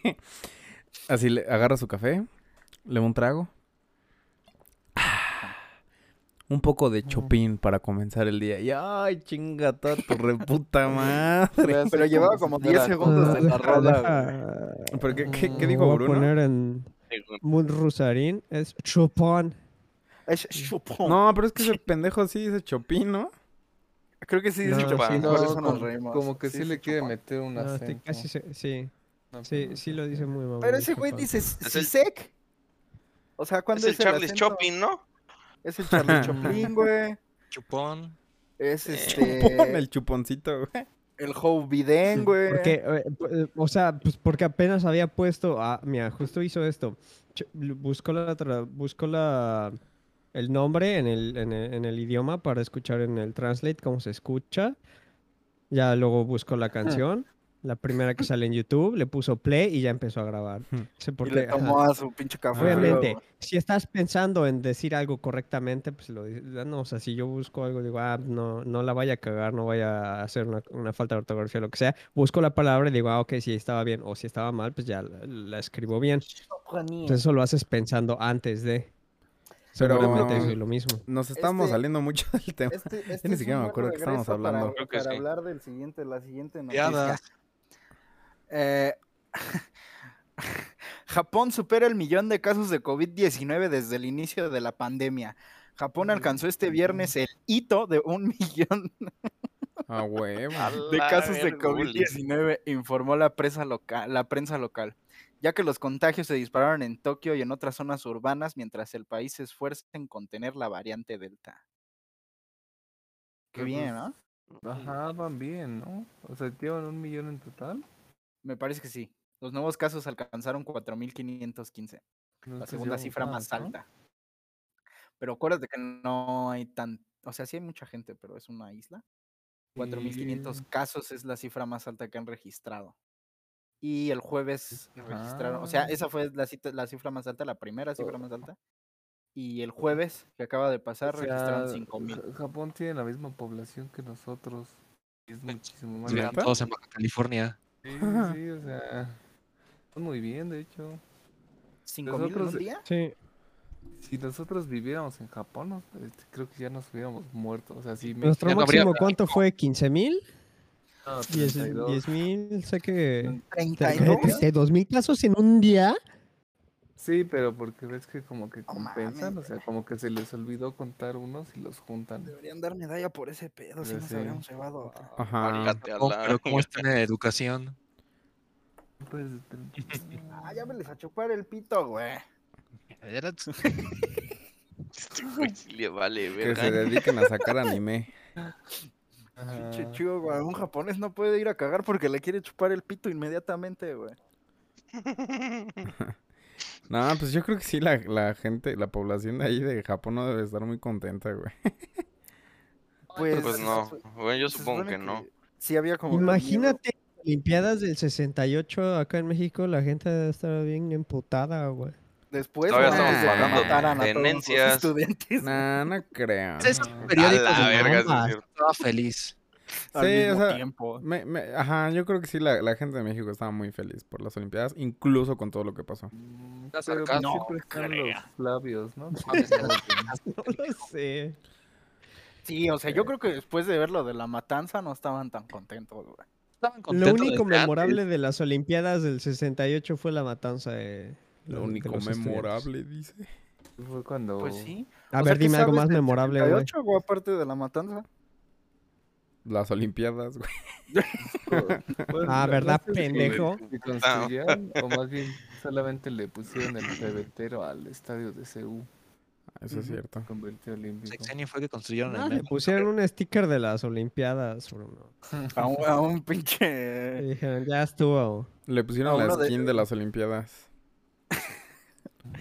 S3: así le agarra su café, le da un trago. <sighs> Ah, Un poco de chopín para comenzar el día. Y ay, chinga toda tu reputa madre. <laughs>
S5: Pero llevaba como 10
S2: Ah,
S5: segundos de la rola, güey.
S3: ¿Pero qué, qué- qué
S2: Me
S3: dijo
S2: Ah, voy
S3: Bruno?
S2: a poner en Mood Rusarín es Chopin.
S5: Es <laughs> Chopin.
S3: No, pero es que ese pendejo sí dice chopín, ¿no?
S5: Creo que sí
S2: No,
S5: dice Chopin,
S6: sí,
S5: por
S6: no,
S5: eso nos
S4: como-
S5: reímos.
S4: Como que sí, le quiere
S5: Chopin.
S4: meter un
S2: No,
S4: acento.
S2: estoy casi se- sí,
S4: No,
S2: sí,
S4: pero
S2: sí
S4: no
S2: lo
S4: sé.
S2: dice muy mamón.
S5: Pero ese güey
S2: Chopin.
S5: dice
S6: Es el-
S5: Sisek. O sea,
S6: Es
S5: ¿cuándo
S6: el Charles
S5: acento?
S6: Chopin, ¿no?
S5: Es el Charlie <laughs> Choplin,
S3: <laughs>
S5: güey.
S7: Chupón.
S5: Es este.
S3: Chupón, el chuponcito, güey.
S5: El Joe Biden, güey.
S2: Porque, eh, p- eh, o sea, pues porque apenas había puesto. Ah, mira, justo hizo esto. Ch- lu- Buscó la, tra- buscó la el nombre en el, en el, en el idioma para escuchar en el translate cómo se escucha. Ya luego buscó
S5: Ah.
S2: la canción. La primera que sale en YouTube, le puso play y ya empezó a grabar.
S3: Hmm.
S2: No sé
S5: Y
S2: por
S5: le
S2: qué, ajá.
S5: tomó a su pinche café. güey.
S2: Obviamente, Ah, si estás pensando en decir algo correctamente, pues lo dices. No, o sea, si yo busco algo, digo, ah, no, no la vaya a cagar, no vaya a hacer una, una falta de ortografía, lo que sea. Busco la palabra y digo, ah, ok, si estaba bien o si estaba mal, pues ya la, la escribo bien. Entonces, eso lo haces pensando antes de.
S3: Pero-
S2: Seguramente eso es lo mismo.
S3: Nos estamos
S5: Este-
S3: saliendo mucho del tema. <laughs>
S5: Este, este
S3: ni
S5: es
S3: siquiera
S5: un
S3: me acuerdo
S5: buen
S3: que estábamos
S5: regreso para-
S3: hablando.
S6: Creo
S5: Para,
S6: que sí.
S5: hablar del siguiente, la siguiente
S2: pues,
S5: noticia.
S7: Piada.
S5: Eh, <laughs> Japón supera el millón de casos de COVID-19 desde el inicio de la pandemia. Japón alcanzó este viernes el hito de un <laughs> millón
S3: A Ah, huevo.
S5: de
S6: La
S5: casos de
S6: vergüenza.
S5: COVID-19, informó la prensa, local, la prensa local, ya que los contagios se dispararon en Tokio y en otras zonas urbanas mientras el país se esfuerza en contener la variante Delta. Qué
S4: Pues,
S5: bien, ¿no?
S4: Ajá, van bien, ¿no? O sea, llevan un millón en total.
S5: Me parece que sí. Los nuevos casos alcanzaron 4.515, la
S4: Entonces
S5: segunda
S4: llevan
S5: cifra más
S4: ¿no?
S5: alta. Pero acuérdate que no hay tan... O sea, sí hay mucha gente, pero es una isla. 4.500 casos es la cifra más alta que han registrado. Y el jueves registraron, o sea,
S4: Ah.
S5: esa fue la, cita- la cifra más alta, la primera cifra más alta. Y el jueves que acaba de pasar
S4: O
S5: registraron
S4: sea,
S5: 5.000.
S4: Ja- Japón tiene la misma población que nosotros. y Es
S7: Pues,
S4: muchísimo más.
S7: Estuvieran
S4: grande.
S7: todos en Baja California.
S4: Sí, sí, o sea. Están muy bien, de hecho.
S5: 5.000 en un
S4: nosotros-
S5: día.
S2: Sí,
S4: Si nosotros viviéramos en Japón, nos- este, creo que ya nos hubiéramos muerto. O sea, si
S2: nuestro
S7: Ya no habría
S2: máximo, ¿cuánto fue? ¿15 mil?
S4: No,
S2: ¿10
S4: 32.
S2: mil? Sé que.
S5: 32.
S2: ¿32 mil casos en un día?
S4: Sí, pero porque ves que como que
S5: No mames,
S4: compensan, o sea, como que se les olvidó contar unos y los juntan.
S5: Deberían dar medalla por ese pedo, si
S4: Ya
S5: nos
S4: sé.
S5: habríamos llevado a-
S3: Ajá.
S6: Válgate a
S7: Oh,
S6: la-
S7: pero ¿cómo están en educación?
S4: Pues, este,
S5: Ah, ya me les a chupar el pito, güey.
S7: Era-
S6: <laughs> Este güey sí le vale,
S3: <laughs> Que se
S6: verga.
S3: dediquen a sacar anime.
S5: Pinche
S4: ajá.
S5: chido, güey. Un japonés no puede ir a cagar porque le quiere chupar el pito inmediatamente, güey.
S3: No, pues yo creo que sí, la, la gente, la población de ahí de Japón no debe estar muy contenta,
S5: <laughs>
S3: güey.
S5: Pues,
S6: Pues
S5: se
S6: no.
S5: su-
S6: Bueno, yo
S5: se
S6: supongo
S5: supone
S6: que no.
S5: Sí había como... que miedo.
S2: Imagínate Olimpiadas del 68 acá en México, la gente debe estar bien emputada, güey. <laughs>
S5: Después,
S6: Todavía
S5: güey,
S3: estamos
S5: que
S3: pagando
S5: mataran a todos pues, los
S6: tenencias.
S5: estudiantes.
S3: No, no creo.
S7: Es esos
S3: no.
S6: A
S7: periódicos
S6: la
S7: de mamá,
S6: verga, sí es cierto.
S7: estaba feliz.
S5: al
S3: Sí,
S5: mismo
S3: o sea,
S5: tiempo.
S3: me- me- ajá, yo creo que sí, la, la gente de México estaba muy feliz por las Olimpiadas, incluso con todo lo que pasó.
S4: Mm,
S7: Estás
S4: Pero
S7: sarcástico.
S4: pues siempre están
S7: crea.
S4: los labios, ¿no?
S2: No lo sé.
S5: Sí, o sea, yo creo que después de ver lo de la matanza no estaban tan contentos, güey.
S7: Estaban
S2: Lo
S7: contentos
S2: único
S7: desde antes.
S2: memorable de las Olimpiadas del 68 fue la matanza de.
S3: Lo
S2: los- de
S3: único
S2: los estudiantes. Ah,
S3: memorable, dice.
S4: Fue cuando...
S5: Pues sí.
S2: A
S5: O sea,
S2: ver,
S5: ¿qué
S2: dime algo
S5: sabes
S2: más
S5: del
S2: memorable, güey.
S5: 78, güey, aparte de la matanza.
S3: Las Olimpiadas, güey.
S4: Bueno,
S2: Ah,
S4: no- no
S2: ¿verdad,
S4: sé si-
S2: pendejo?
S4: si construyeron, o más bien solamente le pusieron el pebetero al estadio de CU,
S3: Eso es cierto.
S4: convirtió olímpico.
S7: Sexenio fue que construyeron
S2: Ah,
S7: el
S2: le
S7: memo.
S2: pusieron un sticker de las Olimpiadas, Bruno.
S5: A un, a un
S8: Eh.
S2: Y
S5: pinche...
S2: dijeron, ya estuvo.
S3: Le pusieron
S5: A
S3: la
S5: uno de-
S3: skin de... las Olimpiadas.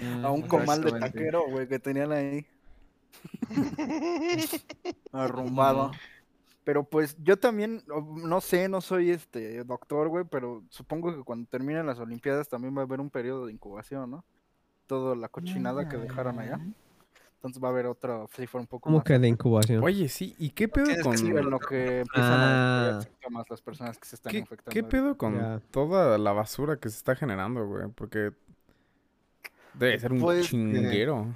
S4: Mm,
S5: A un comal de
S4: Exactamente.
S5: taquero, güey, que tenían <laughs> ahí. Arrumbado. Pero pues yo también, o- no sé, no soy este doctor, güey, pero supongo que cuando terminen las Olimpiadas también va a haber un periodo de incubación, ¿no? Toda la cochinada que dejaron allá. Entonces va a haber otra cifra un poco
S2: ¿Cómo
S5: más.
S2: que de incubación?
S3: Oye, sí, ¿y qué pedo
S7: tienes que
S3: con,
S5: Sí, en lo que empiezan a
S2: Ah.
S5: desarrollar síntomas las personas que se están
S3: ¿Qué,
S5: infectando.
S3: qué
S5: de-
S3: pedo con
S2: Ya.
S3: toda la basura que se está generando, güey? Porque debe ser un
S5: Pues, eh,
S3: chinguero.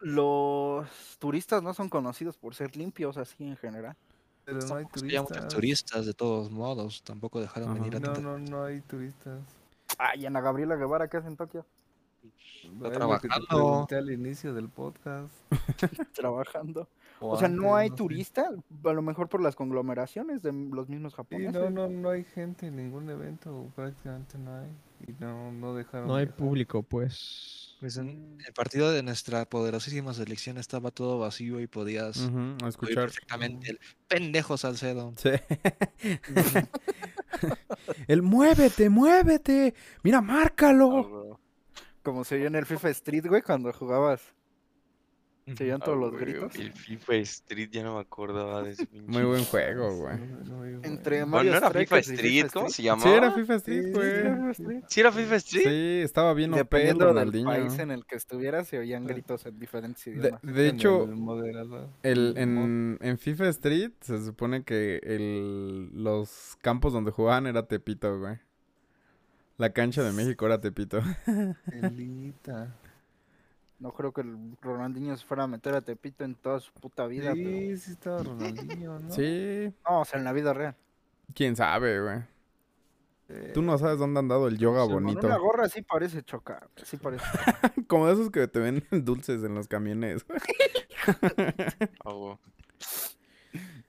S5: Los turistas no son conocidos por ser limpios así en general.
S4: Pero no hay
S7: Tampoco es que haya Pues, muchos
S4: turistas.
S7: turistas de todos modos, tampoco dejaron
S3: Ajá.
S7: venir a
S4: No,
S7: tanta
S4: no, no hay turistas.
S5: Ay, Ana Gabriela Guevara, ¿qué hace en Tokio? <laughs>
S4: Es lo que te
S7: trabajando.
S4: pregunté al inicio del podcast.
S5: Trabajando.
S4: O,
S5: O sea, no
S4: antes,
S5: hay
S4: sé.
S5: turistas, a lo mejor por las conglomeraciones de m- los mismos
S4: Sí,
S5: japoneses.
S4: no, no, no hay gente en ningún evento, prácticamente no hay. Y no, no dejaron.
S2: No hay
S4: viajar.
S2: público, pues.
S7: Pues en el partido de nuestra poderosísima selección estaba todo vacío y podías
S5: pues,
S2: Mm,
S7: oír
S3: Ujú, a escuchar.
S7: perfectamente el pendejo Salcedo.
S3: Sí. el muévete, muévete. Mira, márcalo.
S5: <laughs>
S6: Algo-
S5: Como se oyó en el FIFA Street, güey, cuando jugabas. Se oían todos los
S6: algo, güey,
S5: gritos.
S6: El FIFA Street ya no me acordaba de ese pinche
S3: Ah, Muy buen
S6: FIFA.
S3: juego,
S4: Sí,
S3: güey.
S4: no hay, güey.
S5: Entre
S6: Bueno,
S5: Mario
S6: no era FIFA
S5: Strikers y
S6: Street, ¿cómo se
S3: Sí, era
S6: llamaba?
S3: FIFA Street, güey.
S6: Sí, era FIFA Street.
S3: Sí, estaba bien OP el
S5: Dependiendo del
S3: Ronaldinho.
S5: país en el que estuviera, se oían gritos en diferentes
S3: De,
S5: idiomas.
S3: de hecho,
S4: En el moderador.
S3: El,
S4: El mod.
S3: en, en FIFA Street se supone que el, los campos donde jugaban era Tepito, güey. La cancha de México era Tepito.
S4: Elita.
S5: No creo que el Ronaldinho se fuera a meter a Tepito en toda su puta vida. pero-
S4: Sí, sí estaba Ronaldinho, ¿no?
S3: Sí,
S5: No, o sea, en la vida real.
S3: quién sabe, güey.
S4: Eh,
S3: Tú no sabes dónde han dado el yoga
S5: O sea,
S3: bonito.
S5: Con una gorra sí parece chocar. Sí parece.
S3: Como de esos que te venden <laughs> dulces en los camiones.
S6: Ah, güey.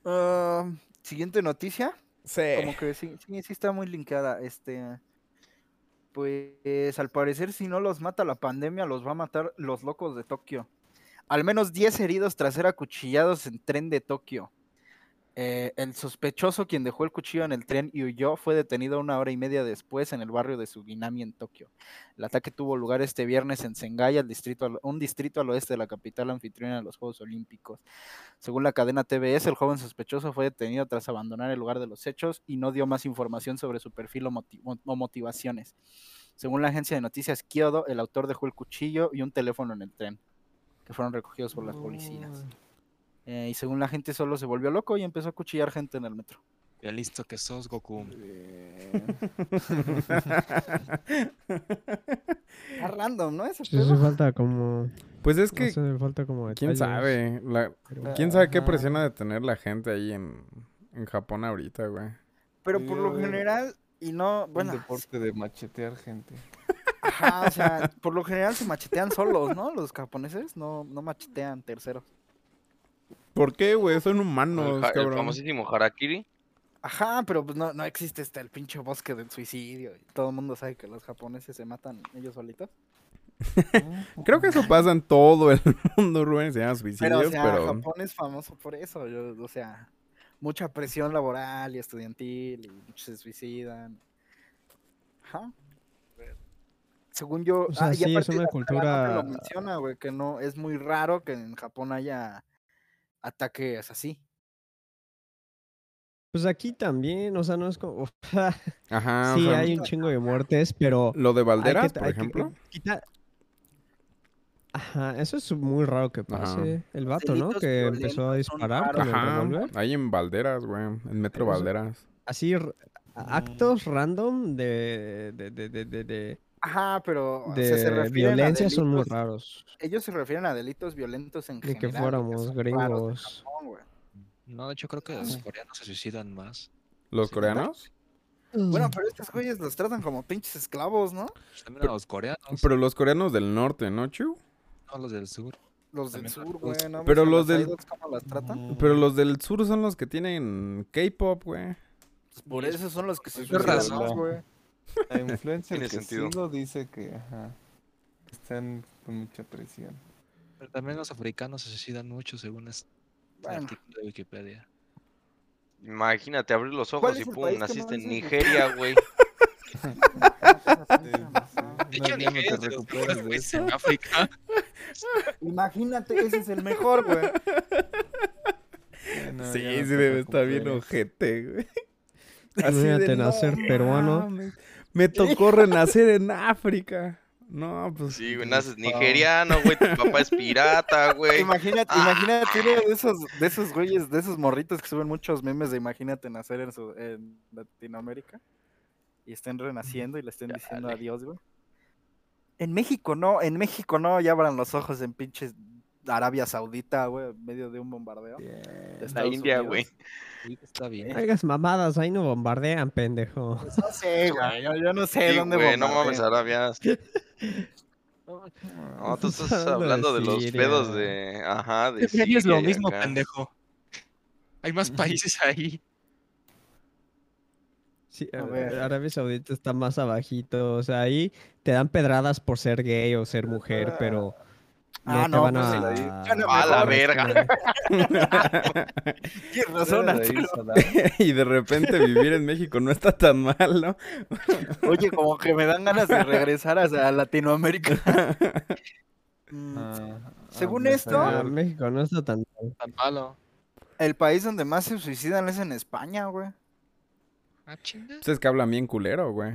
S5: Ah, siguiente noticia.
S3: Sí.
S5: Como que sí, sí, sí está muy linkeada. Este. Pues al parecer, si no los mata la pandemia, los va a matar los locos de Tokio. Al menos 10 heridos tras ser acuchillados en tren de Tokio. Eh, el sospechoso quien dejó el cuchillo en el tren y huyó fue detenido una hora y media después en el barrio de Suginami en Tokio. El ataque tuvo lugar este viernes en Sengaya, el distrito al- un distrito al oeste de la capital anfitriona de los Juegos Olímpicos. Según la cadena TBS, el joven sospechoso fue detenido tras abandonar el lugar de los hechos y no dio más información sobre su perfil o, moti- o- o motivaciones. Según la agencia de noticias Kyodo, el autor dejó el cuchillo y un teléfono en el tren, que fueron recogidos por las policías. Eh, y según la gente, solo se volvió loco y empezó a cuchillar gente en el metro.
S7: Ya listo que sos, Goku.
S5: Está random, ¿no? Ese
S2: Sí, hace
S5: pedo.
S2: falta como.
S3: Pues es
S2: ¿Qué?
S3: que, Ah,
S2: falta como.
S3: quién
S2: detalles,
S3: sabe. La-
S2: pero-
S3: quién sabe qué
S4: Ajá.
S3: presiona de tener la gente ahí en, en Japón ahorita, güey.
S5: Pero por lo
S4: Yo-
S5: general, y no,
S4: Un
S5: bueno,
S4: deporte de machetear gente.
S5: ajá, o sea, por lo general se machetean solos, ¿no? Los japoneses no, no machetean terceros.
S3: ¿Por qué, güey? Son
S6: el,
S3: humanos,
S6: ja- el
S3: cabrón.
S6: famosísimo Harakiri.
S5: Ajá, pero pues no, no existe este el pinche bosque del suicidio. y todo el mundo sabe que los japoneses se matan ellos solitos.
S3: Creo que eso pasa en todo el <laughs> mundo, Rubén. Se llama
S5: pero,
S3: suicidios,
S5: o sea,
S3: pero...
S5: Japón es famoso por eso. yo- o sea, mucha presión laboral y estudiantil y muchos se suicidan. Ajá. Según yo, ah,
S2: O sea,
S5: y
S2: sí, es
S5: aparte
S2: una
S5: la- la nota
S2: cultura-
S5: lo menciona, güey, que no es muy raro que en Japón haya ataques así.
S2: Pues aquí también, o <laughs> sea, no es como.
S3: Ajá, Ah, o
S2: sí,
S3: sea,
S2: hay un chingo de muertes, pero.
S3: Lo de
S2: hay que-
S3: Valderas, por
S2: hay que-
S3: ejemplo.
S2: quita- Ajá, eso es muy raro que pase. El vato, ¿no?
S5: delitos
S2: Que empezó a
S5: violentos son
S2: disparar con
S5: raros.
S2: el
S3: Ajá,
S2: revólver.
S3: ahí en Valderas, güey. En Metro
S2: Eso-
S3: Valderas.
S2: Así, r-
S5: Mm.
S2: actos random de, de, de, de, de, de-
S5: Ajá, pero o sea, se
S2: de
S5: refieren a
S2: violencia son muy
S5: delitos-
S2: raros.
S5: Ellos se refieren a delitos violentos en
S2: De que
S5: general. güey,
S2: fuéramos
S5: son raros de
S2: gringos.
S5: Japón, güey.
S7: No, de hecho creo que los coreanos se suicidan más.
S3: ¿Los
S7: Sí,
S3: coreanos?
S5: Bueno, pero estos güeyes los tratan como pinches esclavos, ¿no?
S7: Pues También
S3: Pero-
S7: a los coreanos,
S3: Pero los coreanos del norte, ¿no, Chu?
S7: no a los del sur.
S5: Los del
S7: También
S5: sur, güey. ¿no?
S3: Pero
S5: ¿Ves a
S3: los
S5: las
S3: del-
S5: idols ¿Cómo las tratan?
S3: Pero los del sur son los que tienen K-pop, güey.
S5: Pues por eso son los que se
S7: Tienes
S5: suicidan
S7: razón.
S5: más, güey.
S4: La influencer
S6: Tiene
S4: que
S6: sentido.
S4: sigo dice que ajá, están con mucha presión.
S7: Pero también los africanos se suicidan mucho según este
S5: Bueno,
S7: artículo de Wikipedia.
S6: Imagínate abrir los ojos
S5: es
S6: y
S5: el
S6: pum,
S5: país que no
S6: naciste
S5: dices?
S6: en
S5: <laughs>
S6: Nigeria, güey.
S5: Eh, Ah,
S4: No, ya no te recuperas
S5: <laughs>
S4: de
S7: Pues,
S4: eso.
S7: en África.
S5: imagínate, ese es el mejor, güey.
S4: <laughs> Ya no,
S3: sí,
S4: ya no
S3: sí
S4: te
S3: debe estar bien
S4: recuperas.
S3: ojete,
S5: <laughs>
S3: güey.
S2: Imagínate nacer peruano".
S3: mames,
S5: <laughs>
S3: Me tocó renacer en África. No, pues. <laughs>
S6: Sí, güey,
S3: pues,
S6: naces
S3: no.
S6: nigeriano, güey, tu papá
S5: <laughs>
S6: es pirata, güey.
S5: Imagínate, imagínate uno de esos, de esos güeyes, de esos morritos que suben muchos memes de imagínate nacer en, su- en Latinoamérica y estén renaciendo y le estén diciendo
S6: Chale.
S5: adiós, güey. En México no, en México no, ya abran los ojos en pinches Arabia Saudita, güey, en medio de un bombardeo. de Estados
S6: India,
S5: Unidos.
S6: güey.
S7: Está bien.
S2: No hagas mamadas, ahí no bombardean, pendejo.
S5: Pues no sé, güey, yo, yo no sé
S6: Sí,
S5: dónde
S6: güey, no mames,
S5: bombardean. <laughs>
S6: Arabia. No, tú estás hablando de los
S2: Siria.
S5: eh.
S6: pedos de. Ajá, de.
S7: es
S6: Siria
S7: lo
S6: y
S7: mismo,
S6: acá.
S7: pendejo. Hay más países ahí.
S2: Sí,
S5: A
S2: a-
S5: ver.
S2: Arabia Saudita está más abajito, o sea, ahí te dan pedradas por ser gay o ser mujer, pero no
S5: Ah,
S2: te
S5: no,
S2: van
S5: pues,
S2: a...
S4: ahí-
S6: A la
S5: ¿eh?
S6: verga.
S5: Tienes razón,
S4: Era de <laughs> ahí,
S5: Arturo.
S4: Saddam.
S5: <laughs>
S3: y de repente vivir en México no está tan mal, ¿no?
S5: Oye, como que me dan ganas de regresar a Latinoamérica. Mm,
S4: Ah, a
S5: Según
S4: Nueva
S5: esto-
S2: Ah,
S4: York.
S2: México no está tan...
S7: Tan malo.
S5: El país donde más se suicidan es en España, güey.
S7: Ah, chinga.
S3: Pues es que hablan bien culero, güey.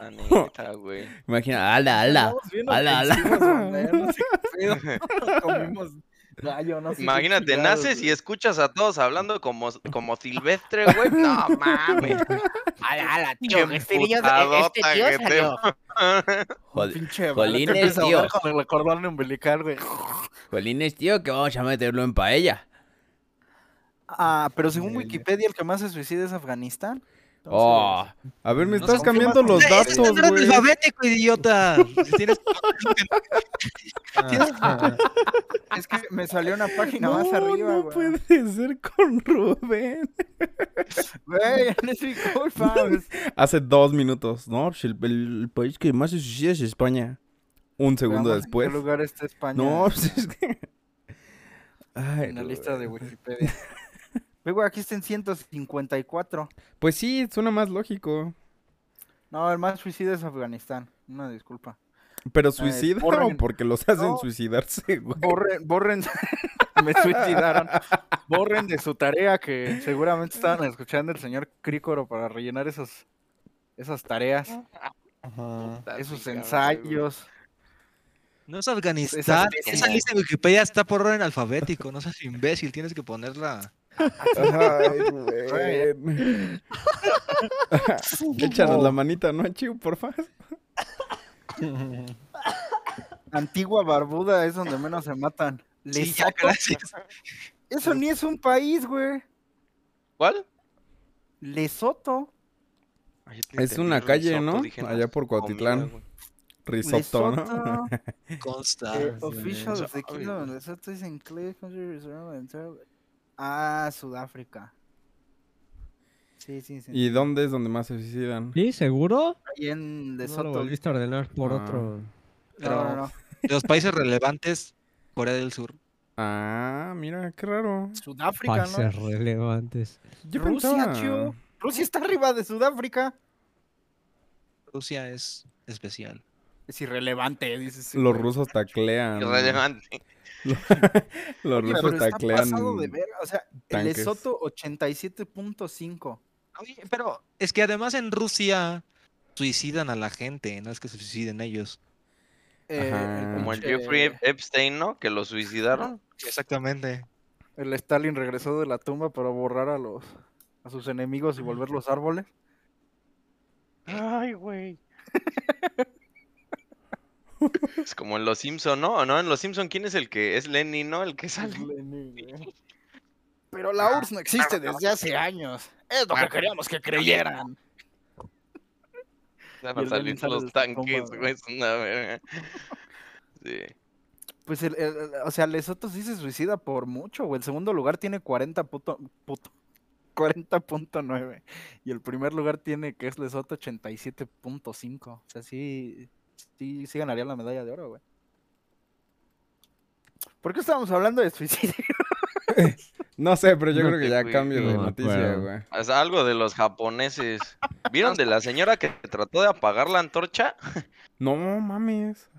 S6: La neta,
S5: <laughs>
S6: güey.
S3: Imagina, ala, ala.
S5: Estamos bien
S3: ala, ala.
S5: ofensivos, güey, no sé qué pedo. Comimos gallo, no sé qué
S6: Imagínate,
S5: chingados,
S6: naces y
S5: güey.
S6: escuchas a todos hablando como,
S5: <laughs>
S6: como silvestre, güey. No mames.
S1: Ala, ala, tío,
S6: Qué
S1: este niño, este
S6: putadota
S1: tío
S6: que te-
S1: salió.
S3: Jol-
S5: Pinche bala, te
S3: Jolines,
S5: empieza a ahogar
S3: eh, tío.
S5: Con el cordón umbilical, güey.
S3: Jolines, tío, que vamos a meterlo en paella.
S5: Ah, pero según
S4: Ándale.
S5: Wikipedia, el que más se suicida es Afganistán. Entonces,
S3: Oh, a ver, me
S5: No
S3: estás
S5: sé,
S3: cambiando
S5: ¿qué más
S3: los
S5: te-
S3: datos,
S7: Estás
S3: güey.
S7: alfabético, idiota. Tienes
S4: <laughs>
S5: <laughs>
S4: Ah,
S5: Es que me salió una página
S3: No,
S5: más arriba,
S3: no
S5: güey.
S3: puede <laughs> ser con Rubén.
S5: Güey, <laughs> no es mi culpa. güey.
S3: Hace dos minutos, ¿no? El, el país que más se suicida es España. Un segundo
S5: Veamos en
S3: después.
S5: ¿Qué lugar está España?
S3: Pues, No, <laughs> pues es que... Ay,
S5: En la
S3: güey.
S5: lista de Wikipedia. Ve, güey, aquí está en 154.
S3: Pues sí, suena más lógico.
S5: No, el más suicida es Afganistán. Una disculpa.
S3: Pero suicida
S5: borren-
S3: o porque los hacen
S5: No.
S3: suicidarse,
S5: <laughs>
S3: güey.
S5: Borren, borren. me suicidaron. Borren de su tarea que seguramente estaban escuchando el señor Crícoro para rellenar esos, esas tareas,
S4: <laughs> ajá.
S5: esos
S6: Cabrón,
S5: ensayos.
S7: No es Afganistán.
S5: tesis.
S7: Esa lista de Wikipedia está por orden alfabético. No seas imbécil. Tienes que ponerla.
S3: Ay, <laughs> Rubén. Échanos la manita, ¿no, Chiu? Por favor.
S5: Eh, Antigua Barbuda es donde menos se matan.
S7: Sí, ya,
S5: Lesoto.
S7: gracias.
S5: Eso ni es un país, güey.
S6: ¿Cuál?
S5: Lesoto.
S3: Es una calle, ¿no? Allá por Cuautitlán. Risotto, ¿no?
S5: <laughs> Lesoto.
S7: Consta.
S5: Eh,
S4: sí.
S5: officials de
S6: Sabe,
S5: Kingdom of
S6: güey.
S5: Lesotho is in Clay Country Reserve and Travel- Ah, Sudáfrica. Sí, sí, sí.
S3: ¿Y dónde es donde más se suicidan?
S2: <laughs> ¿Sí? ¿Seguro?
S5: Ahí en
S2: No lo
S8: Mm,
S5: Lesotho.
S2: volviste a ordenar
S6: Ah.
S2: por otro...
S5: No, no, no.
S7: De los países relevantes, Corea del Sur.
S3: Ah, mira, qué raro.
S5: Sudáfrica,
S2: Países
S5: ¿no?
S2: relevantes.
S3: Yo
S5: Rusia,
S3: pensaba-
S5: chiu. Rusia está arriba de Sudáfrica.
S7: Rusia es especial.
S5: Es irrelevante, dices.
S3: Los rusos taclean.
S6: Irrelevante.
S3: Los
S5: Oye,
S3: rusos
S5: pero está
S3: taclean.
S5: pasado de ver. O sea, el
S3: tanques.
S5: Lesoto 87.5.
S7: Oye, pero es que además en Rusia suicidan a la gente. No es que se suiciden ellos.
S5: Eh,
S3: Ajá.
S6: Como el
S5: pinche-
S6: Jeffrey Epstein, ¿no? Que lo suicidaron.
S7: Exactamente.
S5: El Stalin regresó de la tumba para borrar a los a sus
S6: Mm.
S5: enemigos y volver los árboles.
S6: Ay, güey. Es como en Los Simpson, ¿no? ¿O no? En Los Simpson, ¿quién es el que es Lenny, no? <laughs> El que sale.
S5: Pero la URSS no existe desde hace años. Es lo que queríamos que creyeran.
S6: Van
S5: Y
S6: a
S5: el Lenin
S6: salir
S5: sale de
S6: los
S5: su tumba,
S6: tanques,
S5: güey.
S6: güey. Es una verga. Sí.
S5: Pues, el, el- el- o sea, Lesoto sí se suicida por mucho, güey. El segundo lugar tiene 40 puto, puto- 40.9. Y el primer lugar tiene, que es Lesoto, 87.5. O sea, sí, sí, sí ganaría la medalla de oro, güey. ¿Por qué estábamos hablando de suicidio?
S3: No sé, pero yo
S2: No
S3: creo que
S6: sé,
S3: ya
S6: güey.
S3: cambio de
S2: No me
S3: noticia,
S2: acuerdo.
S3: güey.
S6: O sea, algo de los japoneses. ¿Vieron de la señora que trató de apagar la antorcha?
S3: No mames.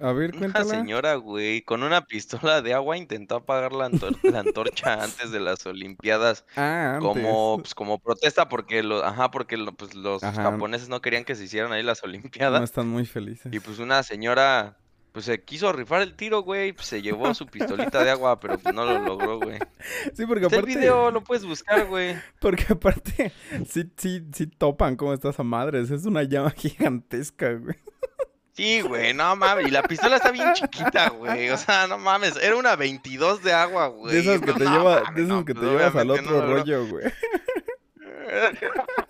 S3: A ver,
S6: Una
S3: cuéntala.
S6: señora, güey, con una pistola de agua intentó apagar la, antor- la antorcha antes de las Olimpiadas
S3: Ah, antes.
S6: como, pues, como protesta porque, lo- ajá, porque lo- pues, los
S3: Ajá.
S6: japoneses no querían que se hicieran ahí las
S3: No
S6: Olimpiadas.
S3: están muy felices.
S6: Y pues una señora, pues se quiso rifar el tiro, güey, pues, se llevó su pistolita de agua, pero pues, no lo
S3: <laughs>
S6: logró, güey.
S3: Sí, porque
S6: Está el
S3: aparte.
S6: video, lo puedes buscar, güey.
S3: Porque aparte, sí, sí, sí topan cómo estás a madres. Es una llama <laughs> gigantesca, güey.
S6: Sí, güey, no mames. Y la pistola está bien chiquita, güey. O sea, no mames. Era una 22 de agua, güey.
S3: De esas que te,
S6: No
S3: lleva,
S6: mames,
S3: de esas
S6: no,
S3: que te
S6: pues,
S3: llevas al
S6: obviamente no
S3: otro
S6: logró.
S3: rollo, güey.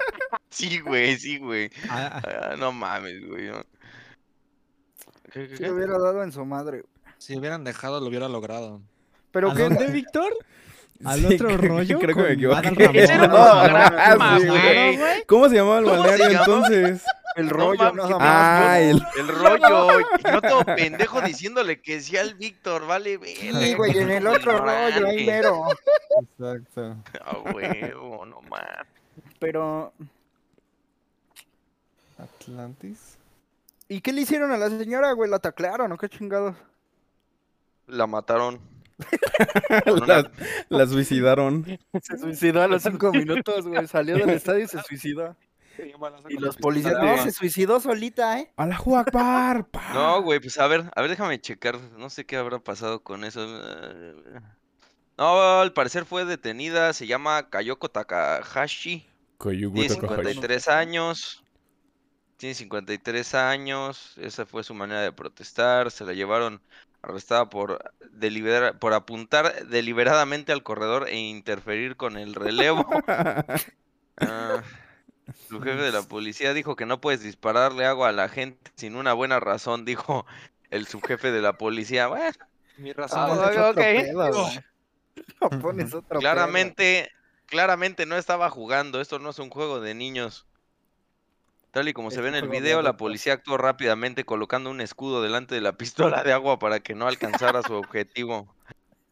S6: <laughs> Sí, güey, sí, güey.
S2: Ah,
S6: Ah, no mames, güey. no. ¿Qué, qué,
S5: Se
S6: qué?
S5: hubiera dado en su madre.
S7: Si hubieran dejado, lo hubiera logrado.
S8: Ah,
S5: Pero
S2: ¿A
S3: <laughs>
S5: qué
S2: dónde, Víctor? Al
S3: Sí,
S2: otro
S3: creo que-
S2: rollo
S3: creo que me
S2: con Adal
S3: <laughs> equivoqué. ah,
S2: Ramón,
S5: Ese era un
S2: ¿no?
S5: holograma,
S3: sí, güey.
S5: güey.
S3: ¿Cómo se llamaba el
S6: ¿Cómo se
S3: balneario
S6: llamaba?
S3: entonces?
S8: El
S6: No
S8: rollo,
S6: mames,
S8: nada
S6: qué
S8: más.
S3: Ah, el-
S8: <laughs>
S6: El rollo, y yo todo pendejo diciéndole que sí al Víctor, vale, verga,
S8: Sí, güey, en el otro rollo, ahí
S6: ignorante.
S8: mero.
S4: Exacto.
S6: A huevo, no mames.
S8: Pero,
S4: Atlantis.
S8: ¿y qué le hicieron a la señora, güey? ¿La taclearon o qué chingados?
S6: La
S8: <laughs>
S6: mataron. Con una-
S3: <laughs> la, la suicidaron.
S8: Se suicidó a los cinco minutos, güey. Salió del estadio y se <laughs> suicidó. Y los policías.
S6: pistola.
S8: No, se suicidó solita, ¿eh?
S3: ¡A la Juacbar!
S6: pues, No, güey, pues a ver, a ver, déjame checar. No sé qué habrá pasado con eso. eh, No, al parecer fue detenida. Se llama Kayoko Takahashi. Tiene 53 años. Tiene 53 años. Esa fue su manera de protestar. Se la llevaron arrestada por, deliberar, por apuntar deliberadamente al corredor e interferir con el relevo. Ah, su jefe de la policía dijo que no puedes dispararle agua a la gente sin una buena razón, dijo el subjefe de la policía. Bueno,
S7: Mi
S8: Ah,
S7: razón.
S8: pones otro
S6: ok.
S8: pedo,
S7: Oh,
S8: güey. No pones otro pedo.
S6: claramente, claramente no estaba jugando. Esto no es un juego de niños. Tal y como se
S8: Es
S6: ve en
S8: un
S6: el
S8: juego de
S6: video, la
S8: adultos.
S6: policía actuó rápidamente colocando un escudo delante de la <laughs> pistola de agua para que no alcanzara su objetivo.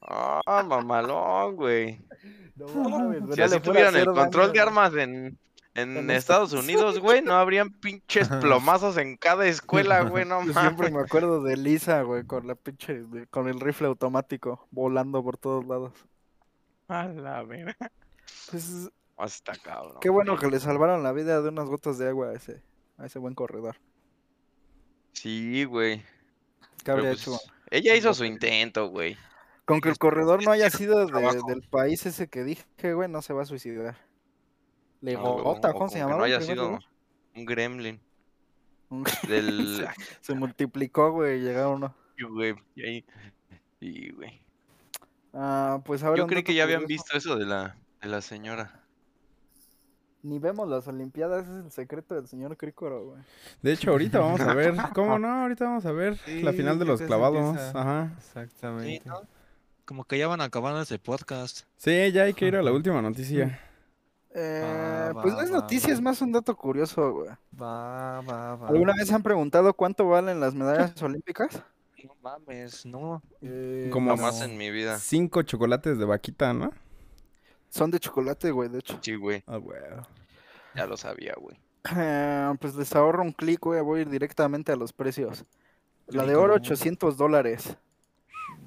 S6: Ah, mamalón, güey.
S8: No mames, güey,
S6: Si
S8: no
S6: así
S8: le fuera a
S6: tuvieran el
S8: hacer
S6: control
S8: daño,
S6: de armas en, en
S8: En este <laughs>
S6: Estados Unidos, güey, no habrían pinches plomazos en cada escuela, güey, no
S8: güey. Yo
S6: mames.
S8: Siempre me acuerdo de Lisa, güey, con la pinche, de- con el rifle automático, volando por todos lados.
S6: A la verga.
S8: Pues,
S6: Hasta cabrón.
S8: qué bueno que le salvaron la vida de unas gotas de agua a ese, a ese buen corredor.
S6: Sí, güey.
S8: ¿Qué
S6: pero
S8: habría
S6: pues,
S8: hecho?
S6: Ella hizo su intento, güey.
S8: Con que el corredor no haya sido de-
S6: trabajo.
S8: del país ese que dije, güey, no se va a suicidar.
S6: No, güey, Ah, o-
S8: Legota,
S6: o
S8: ¿cómo
S6: con
S8: se
S6: que
S8: llamaba?
S6: No
S8: en
S6: haya
S8: primer
S6: sido
S8: lugar?
S6: un gremlin. <laughs>
S8: Un-
S6: Del.
S8: Sí. Se multiplicó, güey, llegaron uno.
S6: Ay, güey, y ahí- y, güey.
S8: Ah, pues ahora.
S6: Yo
S8: un
S6: creí
S8: dato
S6: que ya habían
S8: curioso.
S6: visto eso de la, de la señora.
S8: Ni vemos las Olimpiadas, ese es el secreto del señor Crícoro, güey.
S3: De hecho, ahorita vamos a ver.
S4: <laughs>
S3: ¿Cómo no? Ahorita vamos a ver la
S4: Sí,
S3: final de
S4: ya
S3: los
S4: casi
S3: clavados.
S4: empieza.
S3: Ajá.
S4: Exactamente.
S7: Como que ya van acabando ese podcast.
S3: Sí, ya hay que ir a la última noticia.
S8: Eh,
S4: va,
S8: pues no es
S4: va,
S8: noticia,
S4: va.
S8: es más un dato curioso, güey.
S4: Va, va, va.
S8: ¿Alguna vez se han preguntado cuánto valen las <laughs> medallas olímpicas?
S7: No mames, no.
S4: Eh,
S3: Como
S6: Jamás en mi vida.
S3: cinco chocolates de vaquita, ¿no?
S8: Son de chocolate, güey, de hecho.
S6: Sí, güey.
S3: Ah, güey.
S6: Ya lo sabía, güey.
S8: Eh, pues les ahorro un clic, güey, voy a ir directamente a los precios. La de
S3: Clic,
S8: oro,
S3: ¿no?
S8: 800 dólares.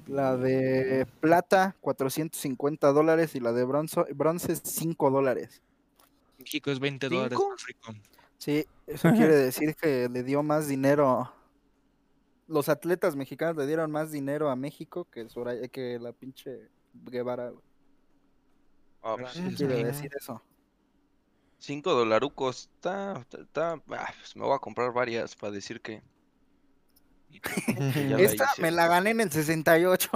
S8: La de plata, 450 dólares. Y la de bronzo- bronce, 5 dólares.
S7: México es 20 dólares
S6: ¿Cinco?
S7: más rico.
S8: Sí, eso quiere decir que le dio más dinero. Los atletas mexicanos le dieron más dinero a México que, Soraya- que la pinche Guevara. güey.
S6: Ah, pues,
S8: ¿Qué
S7: Gracias,
S8: quiere
S7: amigo.
S8: decir eso?
S6: Cinco dolarucos. Está, está- está- ah, pues me voy a comprar varias para decir que.
S4: <laughs>
S6: que ya hice.
S8: Esta
S6: Eh,
S8: me la gané en el 68.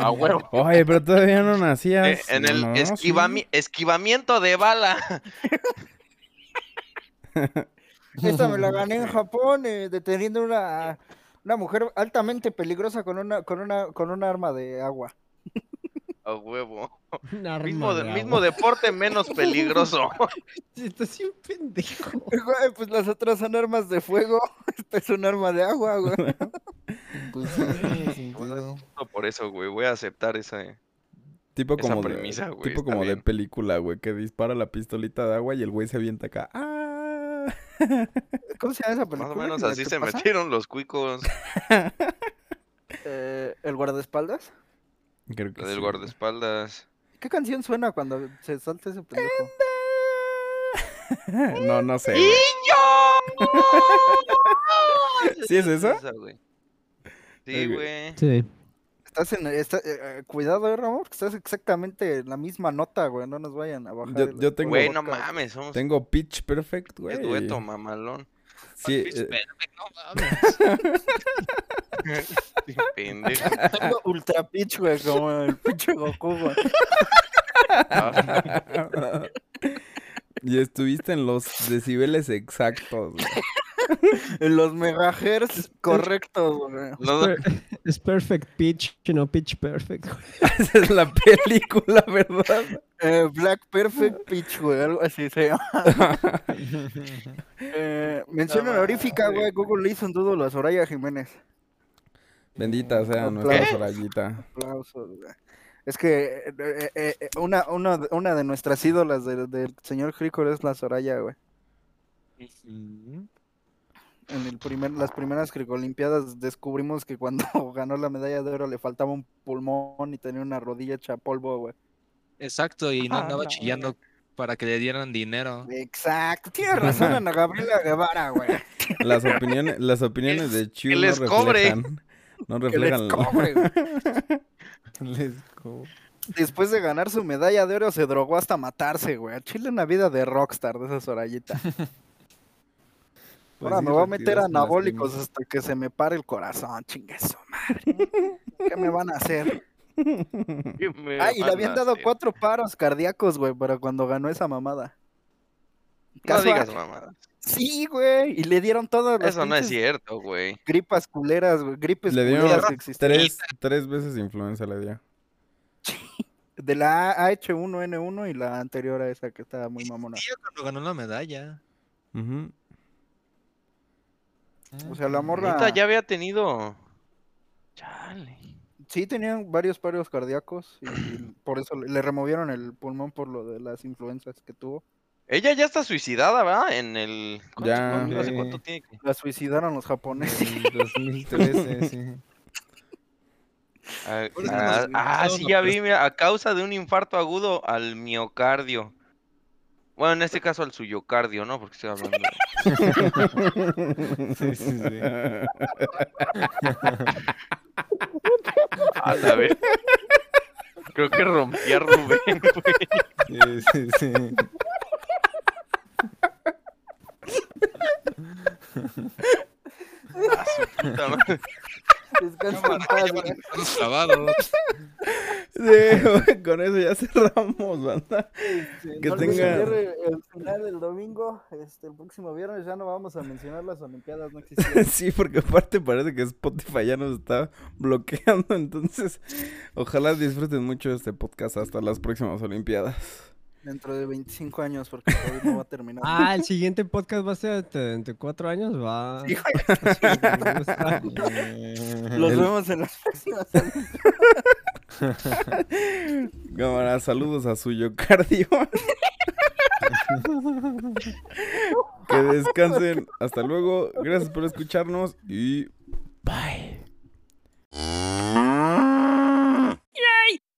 S6: A huevo.
S3: Oye, pero todavía no
S6: Eh,
S3: nacías.
S6: en el
S3: No,
S6: esquivami-
S3: sí.
S6: esquivamiento de bala. <laughs>
S8: Esta me la gané en Japón, eh, deteniendo una, una mujer altamente peligrosa con una, con una, con un arma de agua.
S6: A huevo.
S2: Un arma
S6: Mismo, de-
S2: de <laughs>
S6: mismo
S2: agua.
S6: deporte menos peligroso. <laughs>
S2: Estás bien pendejo.
S8: <laughs> Güey, pues las otras son armas de fuego. <laughs> Esta es un arma de agua, güey.
S5: <laughs>
S4: Pues sí, tiene sentido.
S6: No, Por eso, güey, voy a aceptar esa. eh.
S3: Tipo
S6: esa
S3: como,
S6: premisa,
S3: de,
S6: güey,
S3: tipo
S6: está
S3: como de
S6: bien.
S3: película, güey, que dispara la pistolita de agua y el güey se avienta acá. ¡Ah!
S8: <laughs> ¿Cómo se
S5: Pues,
S8: llama esa Pues
S6: Más
S8: película?
S6: o menos
S8: ¿La
S6: así
S8: que
S6: se
S8: pasa?
S6: metieron los cuicos.
S8: Eh, ¿El guardaespaldas?
S3: Creo que
S6: La del
S3: sí, güey.
S6: guardaespaldas.
S8: ¿Qué canción suena cuando se salta ese pendejo?
S3: <laughs> Eh. No, no sé. güey. ¿Sí es eso?
S6: Esa, güey. Sí,
S3: Ok.
S6: güey.
S2: Sí.
S8: Estás en, está- eh, eh, cuidado, eh, Ramón, que estás exactamente en la misma nota, güey. No nos vayan a bajar.
S3: Yo,
S8: el-
S3: yo tengo,
S6: Güey, no
S8: podcast.
S6: mames, somos un
S3: tengo Pitch Perfect, güey.
S6: pues, dueto, mamalón. <laughs>
S3: Sí,
S7: Pitch
S3: eh,
S7: Perfect, <laughs> no mames.
S6: Pendejo.
S5: Ah.
S8: Tengo ultra pitch, güey, como el pinche Goku, güey.
S3: ah,
S6: <laughs>
S3: y estuviste en los decibeles exactos. güey. <laughs>
S5: Los megahertz correctos, güey.
S6: No, no,
S2: Es perfect pitch, no pitch perfect. güey.
S3: Esa es la película, <laughs> ¿verdad?
S5: Eh, Black
S8: Ah.
S5: Perfect Pitch, güey, algo así se llama. eh, mención honorífica, güey, Google le hizo un dudo a Soraya Jiménez.
S3: Bendita sea nuestra
S6: ¿Qué?
S3: Sorayita.
S5: Aplausos, güey. Es que eh, eh, eh, eh, una, una, de- una de nuestras ídolas del, del señor Cricor es la Soraya, güey.
S4: <laughs>
S5: En el primer, las primeras Cricolimpiadas descubrimos que cuando <laughs> ganó la medalla de oro le faltaba un pulmón y tenía una rodilla hecha polvo, güey.
S7: Exacto, y no
S5: Ah,
S7: andaba
S5: no,
S7: chillando para que le dieran dinero.
S5: Exacto, tiene razón Ana Gabriela Guevara, güey.
S3: Las opiniones, las opiniones de Chu
S6: que
S3: no
S6: les cobre.
S3: reflejan. No
S5: Que les
S3: reflejan. lo-
S5: cobre, güey.
S4: Les co-
S5: Después de ganar su medalla de oro se drogó hasta matarse, güey. A Chile una vida de rockstar de esa Sorayita.
S4: pues
S3: Pues
S5: Ahora
S4: sí,
S5: me voy a meter
S4: retiras con las
S5: anabólicos
S4: primas.
S5: hasta que se me pare el corazón, chingue su madre. ¿Qué me van a
S6: <laughs>
S5: hacer?
S6: <laughs> ¿qué me
S5: Ay, Ah, y le
S6: van a
S5: habían dado
S6: hacer?
S5: cuatro paros cardíacos, güey, para cuando ganó esa mamada.
S6: No
S5: Casual.
S6: digas mamá.
S5: Sí, güey. Y le dieron todas las
S6: Eso no es
S5: pinches
S6: cierto, güey.
S5: gripas culeras, güey. Gripes
S3: Le dieron
S5: culeras que existían.
S3: tres, tres veces influenza le dio.
S5: De la H1N1 y la anterior a esa que estaba muy mamona.
S7: Tío, cuando ganó la medalla.
S3: Ujú.
S5: O sea, la morra...
S6: Neta, ya había tenido. Chale.
S5: Sí, tenían varios paros cardíacos y, y por eso le le removieron el pulmón por lo de las influencias que tuvo.
S6: Ella ya está suicidada, ¿verdad? En el. ¿cuánto-
S3: Ya.
S6: cuánto- hace
S4: Sí.
S6: cuánto tiene que-
S5: La suicidaron los
S4: <laughs>
S5: japoneses.
S4: En 2013, sí.
S6: Ah,
S7: Por eso nos
S6: ah, ah,
S7: invitaron
S6: sí,
S7: a
S6: ya vi, mira, a causa de un infarto agudo al miocardio. Bueno, en este caso al suyocardio, ¿no? Porque estoy hablando.
S4: <laughs> Sí, sí, sí.
S6: A la vez. Creo que rompí a Rubén, güey.
S4: Sí, sí, sí.
S6: Puta madre.
S5: Descansa en paz, ¿eh? güey.
S7: Todos clavados.
S3: <laughs> Sí, güey, con eso ya cerramos, banda.
S5: Este,
S3: Que
S5: no olviden
S3: tenga-
S5: ver el- el final del domingo, este, el próximo viernes ya no vamos a mencionar las Olimpiadas, no existieron.
S3: <laughs> Sí, porque aparte parece que Spotify ya nos está bloqueando. Entonces, ojalá disfruten mucho este podcast hasta las próximas Olimpiadas.
S5: Dentro de 25 años, porque el COVID no va a terminar.
S2: Ah, el siguiente podcast va a ser este, de 24 años. Va.
S5: Sí,
S2: <laughs> me gusta.
S5: Los
S3: el-
S5: vemos en las próximas.
S3: Cámara, saludos a Suyo Cardio. <laughs> que descansen. Hasta luego. Gracias por escucharnos y bye.